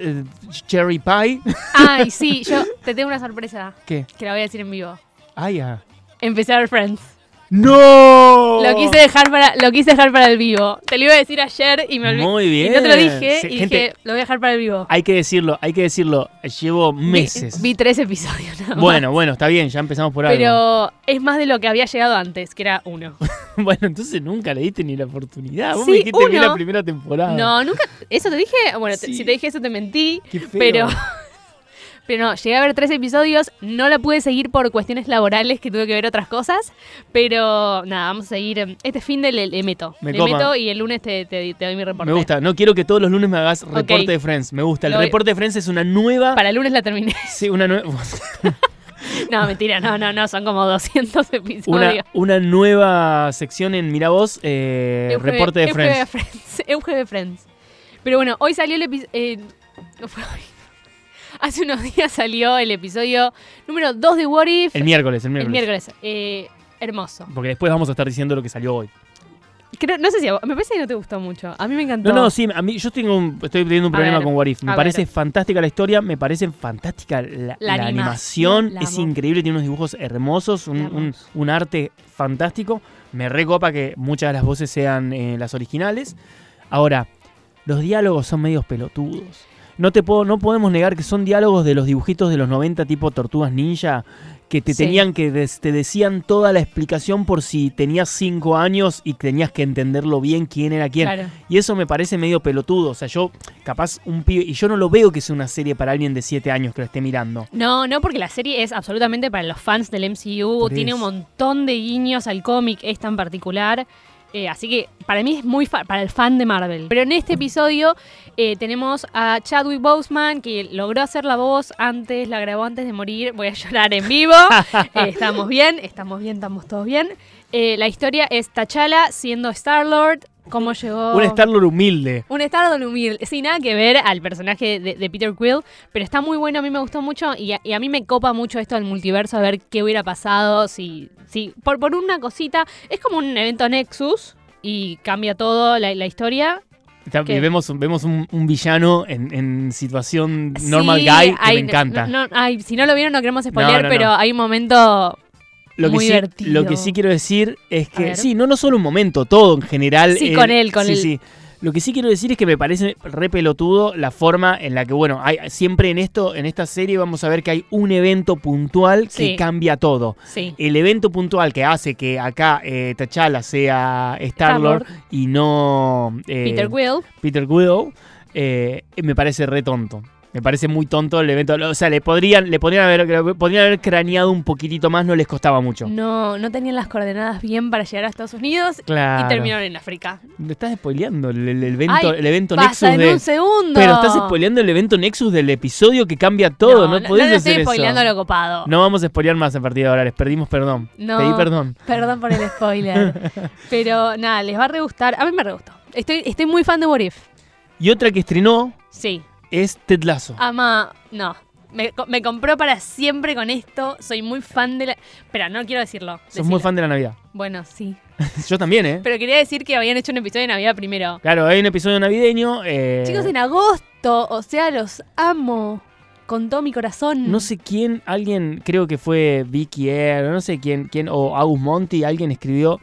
S2: eh, Cherry Pie.
S3: Ay, sí, yo te tengo una sorpresa
S2: ¿Qué?
S3: que la voy a decir en vivo.
S2: Ay, ah.
S3: Empecé a ver Friends.
S2: ¡No!
S3: Lo quise dejar para, lo quise dejar para el vivo. Te lo iba a decir ayer y me olvidé.
S2: Muy bien.
S3: Y no te lo dije
S2: Sí,
S3: y
S2: gente,
S3: dije, lo voy a dejar para el vivo.
S2: Hay que decirlo, hay que decirlo. Llevo
S3: Vi-
S2: meses.
S3: Vi, tres episodios nada más.
S2: bueno, bueno, está bien, ya empezamos por algo.
S3: Pero es más de lo que había llegado antes, que era uno.
S2: Bueno, entonces nunca le diste ni la oportunidad. Vos
S3: Sí,
S2: me dijiste vi
S3: uno.
S2: la primera temporada.
S3: No, nunca. ¿Eso te dije? Bueno, te-
S2: Sí.
S3: si te dije eso te mentí.
S2: Qué feo.
S3: Pero. Pero no, llegué a ver tres episodios, no la pude seguir por cuestiones laborales que tuve que ver otras cosas, pero nada, vamos a seguir. em, Este fin de le, le meto.
S2: Me
S3: le
S2: copa.
S3: meto y el lunes te, te- te doy mi reporte.
S2: Me gusta, no quiero que todos los lunes me hagas reporte de Friends. Me gusta. El
S3: Lo-
S2: reporte de Friends es una nueva.
S3: Para el lunes la terminé.
S2: Sí, una nueva.
S3: No, mentira, no, no, no, son como 200 episodios.
S2: una, eh, una nueva sección en Mira Vos, eh,
S3: EUGB
S2: reporte de Friends.
S3: EUGB Friends. EUGB Friends. Pero bueno, eh, hoy salió el episodio. Hace unos días salió el episodio número 2 de What If.
S2: El miércoles, el miércoles.
S3: El miércoles. Eh, hermoso.
S2: Porque después vamos a estar diciendo lo que salió hoy.
S3: Creo- no sé si a vos- me parece que no te gustó mucho. A mí me encantó.
S2: No, no, sí, a mí yo tengo un- estoy teniendo un
S3: A
S2: problema
S3: ver,
S2: con What If. Me
S3: a
S2: parece
S3: ver.
S2: fantástica la historia, me parece fantástica la,
S3: La
S2: la
S3: animación,
S2: animación,
S3: la
S2: es
S3: amo.
S2: increíble, tiene unos dibujos hermosos, un,
S3: La
S2: un-
S3: amo.
S2: un arte fantástico. Me recopa que muchas de las voces sean eh, las originales. Ahora, los diálogos son medios pelotudos. No, te puedo, no podemos negar que son diálogos de los dibujitos de los 90 tipo Tortugas Ninja, que te
S3: Sí.
S2: tenían que des- te decían toda la explicación por si tenías 5 años y tenías que entenderlo bien quién era quién.
S3: Claro.
S2: Y eso me parece medio pelotudo. O sea, yo, capaz, un pibe. Y yo no lo veo que sea una serie para alguien de 7 años que lo esté mirando.
S3: No, no, porque la serie es absolutamente para los fans del MCU.
S2: Por
S3: Tiene un
S2: eso.
S3: montón de guiños al cómic, es tan particular. Eh, así que para mí es muy fa- para el fan de Marvel. Pero en este episodio eh, tenemos a Chadwick Boseman, que logró hacer la voz antes, la grabó antes de morir. Voy a llorar en vivo. Eh, estamos bien, estamos bien, estamos todos bien. Eh, la historia es T'Challa siendo Star-Lord. ¿Cómo llegó?
S2: Un Star-Lord humilde.
S3: Un Star humilde, sin nada que ver al personaje de, de Peter Quill, pero está muy bueno, a mí me gustó mucho y a, y a mí me copa mucho esto del multiverso, a ver qué hubiera pasado, si, si por, por una cosita, es como un evento Nexus y cambia todo la, la historia.
S2: Está-
S3: ¿Qué?
S2: Y vemos, vemos un, un villano en, en situación
S3: Sí,
S2: normal guy que
S3: ay,
S2: me encanta.
S3: no- no- ay, si no lo vieron no queremos spoiler,
S2: no,
S3: pero
S2: no.
S3: hay un momento...
S2: lo, que
S3: muy
S2: sí,
S3: divertido.
S2: lo que sí quiero decir es
S3: A ver.
S2: que. Sí, no, no solo un momento, todo en general.
S3: Sí,
S2: eh,
S3: con él, con
S2: sí,
S3: él.
S2: sí. Lo que sí quiero decir es que me parece re pelotudo la forma en la que, bueno, hay, siempre en esto, en esta serie vamos a ver que hay un evento puntual
S3: Sí.
S2: que cambia todo.
S3: Sí.
S2: el evento puntual que hace que acá eh, T'Challa sea Star-Lord y no eh,
S3: Peter Quill.
S2: Peter Quill, eh, me parece re tonto. Me parece muy tonto el evento. O sea, le podrían, le podrían haber, le podrían haber craneado un poquitito más, no les costaba mucho.
S3: No, no tenían las coordenadas bien para llegar a Estados Unidos
S2: Claro.
S3: y terminaron en África.
S2: Me estás spoileando el, el- el evento,
S3: Ay,
S2: el evento
S3: Pasa
S2: Nexus
S3: en
S2: de.
S3: un segundo.
S2: Pero estás spoileando el evento Nexus del episodio que cambia todo. No, podés
S3: no, le
S2: hacer
S3: estoy spoileando
S2: eso.
S3: lo copado.
S2: No vamos a spoilear más a partir de ahora. Les perdimos perdón.
S3: No.
S2: Pedí perdón.
S3: Perdón por el spoiler. pero nada, les va a re gustar. A mí me re gustó. Estoy, estoy muy fan de What If.
S2: Y otra que estrenó
S3: Sí.
S2: es Ted Lasso.
S3: Ama. No. Me, co- me compró para siempre con esto. Soy muy fan de la. Pero no quiero decirlo.
S2: Sos muy
S3: Decilo.
S2: fan de la Navidad.
S3: Bueno, sí.
S2: Yo también, ¿eh?
S3: Pero quería decir que habían hecho un episodio de Navidad primero.
S2: Claro, hay un episodio navideño. eh,
S3: Chicos, en agosto. O sea, los amo. Con todo mi corazón.
S2: No sé quién, alguien, creo que fue Vicky Air, no sé quién, quién o Agus Monti, alguien escribió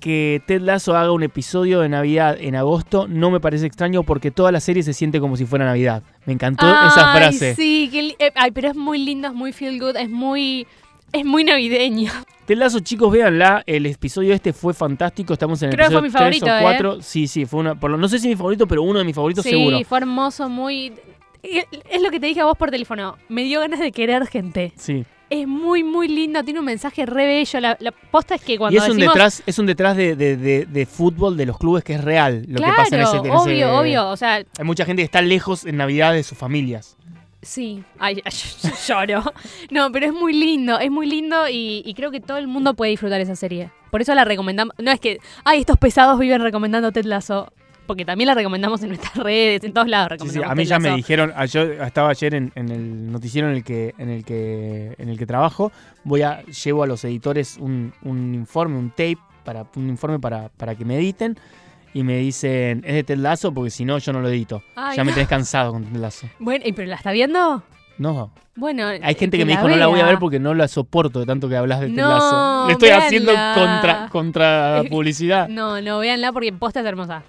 S2: que Ted Lasso haga un episodio de Navidad en agosto. No me parece extraño porque toda la serie se siente como si fuera Navidad. Me encantó esa
S3: Ay,
S2: frase.
S3: Sí, qué li- eh, ay, pero es muy lindo, es muy feel good, es muy. Es muy navideño.
S2: Ted Lasso, chicos, véanla. El episodio este fue fantástico. Estamos en el
S3: Creo que fue
S2: episodio
S3: mi
S2: 3
S3: favorito, ¿eh?
S2: o 4. Sí, sí, fue una, por lo- no sé si mi favorito, pero uno de mis favoritos
S3: sí,
S2: seguro.
S3: fue hermoso, muy. eh, Es lo que te dije a vos por teléfono. Me dio ganas de querer gente.
S2: Sí.
S3: Es muy, muy lindo. Tiene un mensaje re bello. La, la posta es que cuando
S2: Y es un
S3: decimos.
S2: detrás, es un detrás de, de- de- de fútbol de los clubes que es real lo
S3: claro,
S2: que pasa en ese, en ese-
S3: obvio, obvio. O sea,
S2: Hay mucha gente que está lejos en Navidad de sus familias.
S3: sí. Ay, ay, yo lloro. No, pero es muy lindo. Es muy lindo y, y creo que todo el mundo puede disfrutar esa serie. Por eso la recomendamos. No es que. Ay, estos pesados viven recomendando Ted Lasso. Porque también la recomendamos en nuestras redes, en todos lados.
S2: Sí, sí,
S3: Recomendamos
S2: a mí
S3: Ted
S2: ya me
S3: Lasso.
S2: dijeron, ah, yo estaba ayer en, en el noticiero en el que en el que en el que trabajo, voy a llevo a los editores un, un informe, un tape para un informe para, para que me editen y me dicen, "Es de Ted Lasso porque si no yo no lo edito."
S3: Ay,
S2: ya me
S3: no.
S2: tenés cansado con Ted Lasso.
S3: Bueno, ¿y pero la está viendo?
S2: No,
S3: Bueno, eh,
S2: hay gente que, me dijo, "No la voy a
S3: vea".
S2: ver porque no la soporto de tanto que hablas de Ted
S3: No,
S2: Lasso." Le estoy haciendo
S3: véanla.
S2: contra contra publicidad.
S3: No, no, véanla porque posta es hermosa.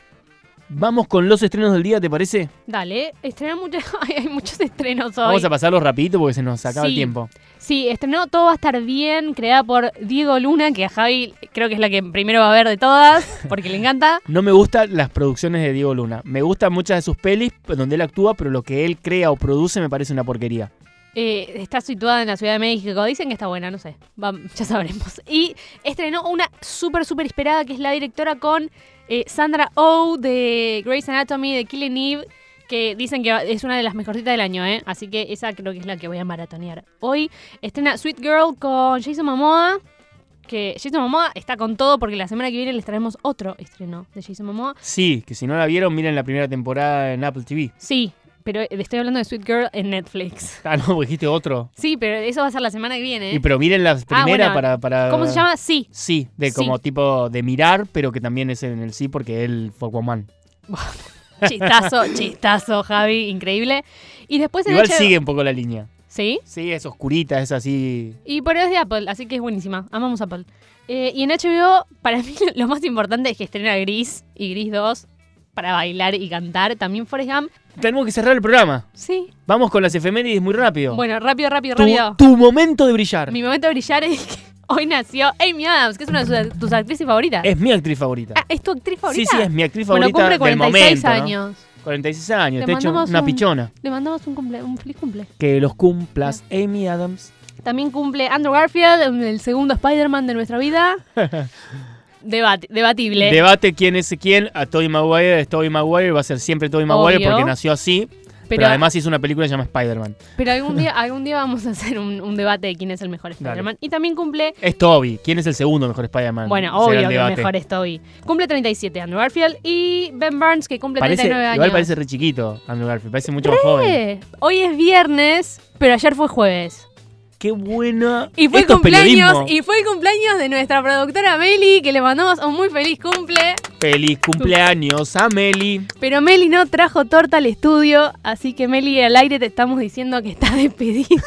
S2: Vamos con los estrenos del día, ¿te parece?
S3: Dale, estrenó muchas, hay muchos estrenos hoy.
S2: Vamos a pasarlos rapidito porque se nos acaba
S3: Sí.
S2: el tiempo.
S3: Sí, estrenó Todo va a estar bien, creada por Diego Luna, que a Javi creo que es la que primero va a ver de todas, porque le encanta.
S2: No me gustan las producciones de Diego Luna. Me gustan muchas de sus pelis donde él actúa, pero lo que él crea o produce me parece una porquería.
S3: Eh, está situada en la Ciudad de México. Dicen que está buena, no sé. Va- ya sabremos. Y estrenó una súper, súper esperada, que es la directora con eh, Sandra Oh de Grey's Anatomy, de Killing Eve, que dicen que va- es una de las mejorcitas del año, ¿eh? Así que esa creo que es la que voy a maratonear. Hoy estrena Sweet Girl con Jason Momoa. Que Jason Momoa está con todo porque la semana que viene les traemos otro estreno de Jason Momoa.
S2: Sí, que si no la vieron, miren la primera temporada en Apple TV.
S3: Sí, Pero eh, estoy hablando de Sweet Girl en Netflix.
S2: Ah, no, porque dijiste otro.
S3: Sí, pero eso va a ser la semana que viene.
S2: Y pero eh, miren la primera
S3: ¿Eh? Ah, bueno.
S2: para, para.
S3: ¿Cómo se llama? Sí.
S2: Sí, de
S3: Sí.
S2: como tipo de mirar, pero que también es en el sí porque él fue Aquaman.
S3: Chistazo, chistazo, Javi, increíble. Y después en
S2: Igual
S3: HBO
S2: sigue un poco la línea.
S3: ¿Sí?
S2: Sí, es oscurita, es así.
S3: Y por es de Apple, así que es buenísima. Amamos Apple. Eh, y en HBO, para mí lo más importante es que estrena Gris y Gris 2 para bailar y cantar. También Forrest Gump.
S2: Tenemos que cerrar el programa.
S3: Sí.
S2: Vamos con las efemérides muy rápido.
S3: Bueno, rápido, rápido,
S2: tu,
S3: rápido.
S2: tu momento de brillar.
S3: Mi momento de brillar es que hoy nació Amy Adams, que es una de sus- tus actrices favoritas.
S2: Es mi actriz favorita.
S3: Ah, ¿Es tu actriz favorita?
S2: Sí, sí, es mi actriz
S3: Bueno,
S2: favorita
S3: cumple
S2: del
S3: 46
S2: momento. ¿no?
S3: años.
S2: 46 años,
S3: Le
S2: te hecho
S3: mandamos
S2: una
S3: un-
S2: pichona.
S3: Le mandamos un, cumple, un feliz cumple.
S2: Que los cumplas Amy Adams.
S3: También cumple Andrew Garfield, el segundo Spider-Man de nuestra vida. Debati- debatible.
S2: Debate quién es quién. A Tobey Maguire es Tobey Maguire. Va a ser siempre Tobey Maguire
S3: Obvio.
S2: porque nació así. Pero,
S3: pero,
S2: además hizo una película que se llama Spider-Man.
S3: pero algún día algún día vamos a hacer un, un debate de quién es el mejor Spider-Man. Y también cumple,
S2: Es Toby. ¿Quién es el segundo mejor Spider-Man?
S3: bueno,
S2: Será el
S3: obvio que el
S2: debate.
S3: mejor es Toby. Cumple 37 Andrew Garfield y Ben Burns que cumple
S2: Parece,
S3: 39 años.
S2: igual parece re chiquito Andrew Garfield. Parece mucho más joven.
S3: Eh, Hoy es viernes, pero ayer fue jueves.
S2: Qué buena.
S3: Y fue el
S2: Esto es
S3: cumpleaños,
S2: periodismo.
S3: y fue el cumpleaños de nuestra productora Meli, que le mandamos un muy feliz cumple.
S2: Feliz cumpleaños a Meli.
S3: Pero Meli no trajo torta al estudio, así que Meli al aire te estamos diciendo que está despedida.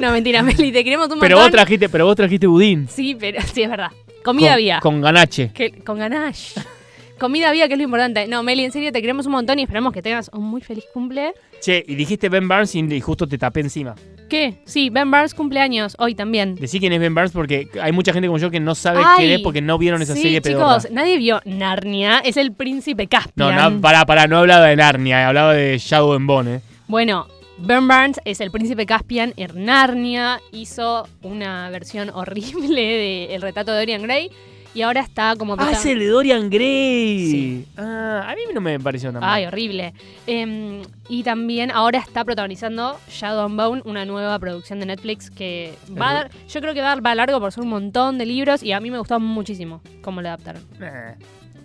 S3: no, mentira, Meli, te queremos un
S2: Pero vos
S3: montón.
S2: trajiste, pero vos trajiste budín.
S3: Sí, pero sí es verdad. Comida
S2: con,
S3: vía.
S2: Con ganache.
S3: Que- con ganache. Comida vía, que es lo importante. No, Meli, en serio, te queremos un montón y esperamos que tengas un muy feliz cumple.
S2: Che, y dijiste Ben Barnes y y justo te tapé encima.
S3: ¿Qué? Sí, Ben Barnes cumpleaños hoy también.
S2: Decí quién es Ben Barnes porque hay mucha gente como yo que no sabe
S3: Ay.
S2: quién es porque no vieron esa
S3: sí,
S2: serie pedorra.
S3: chicos, nadie vio Narnia. Es el príncipe
S2: No,
S3: Caspian.
S2: no, pará, pará, no hablaba de Narnia, hablaba de Shadow and Bone. eh.
S3: Bueno, Ben Barnes es el príncipe Caspian en Narnia, hizo una versión horrible de El retrato de Dorian Gray y ahora está como...
S2: Ah,
S3: prota-
S2: es el de Dorian Gray.
S3: Sí.
S2: Ah, a mí no me pareció tan
S3: Ay,
S2: mal.
S3: horrible. Em, y también ahora está protagonizando Shadow and Bone, una nueva producción de Netflix que va a dar, yo creo que va a dar va largo por ser un montón de libros y a mí me gustó muchísimo cómo la adaptaron.
S2: Eh,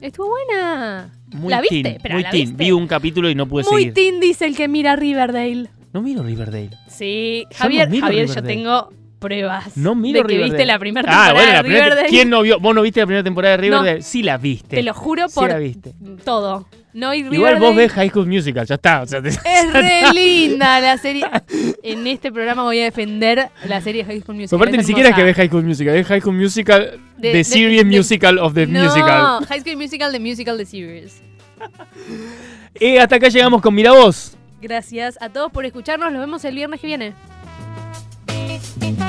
S3: Estuvo buena.
S2: muy
S3: ¿La viste?
S2: teen,
S3: Pero,
S2: muy
S3: ¿la
S2: teen.
S3: viste?
S2: Vi un capítulo y no pude
S3: Muy
S2: seguir.
S3: teen dice el que mira Riverdale.
S2: No miro Riverdale.
S3: Sí,
S2: no
S3: Javier,
S2: miro
S3: Javier, yo
S2: Riverdale.
S3: tengo pruebas
S2: No miro
S3: de que
S2: Riverdale.
S3: viste la primera temporada
S2: Ah, bueno, la
S3: de
S2: primera.
S3: Riverdale.
S2: ¿Quién no vio? ¿Vos no viste la primera temporada de Riverdale? Sí la viste.
S3: Te lo juro
S2: Sí
S3: por
S2: la viste.
S3: todo. No hay
S2: Igual vos
S3: Riverdale.
S2: ves High School Musical, ya está. o sea, te-
S3: Es re linda la serie. En este programa voy a defender la serie High School Musical.
S2: Aparte ni siquiera es que ves High School Musical, es High School Musical,
S3: De-
S2: The
S3: de-
S2: Serious
S3: de-
S2: Musical of the
S3: no,
S2: Musical.
S3: High School Musical, The Musical, The Series.
S2: Eh, hasta acá llegamos con Mira Vos.
S3: Gracias a todos por escucharnos. Nos vemos el viernes que viene.
S4: Thank you.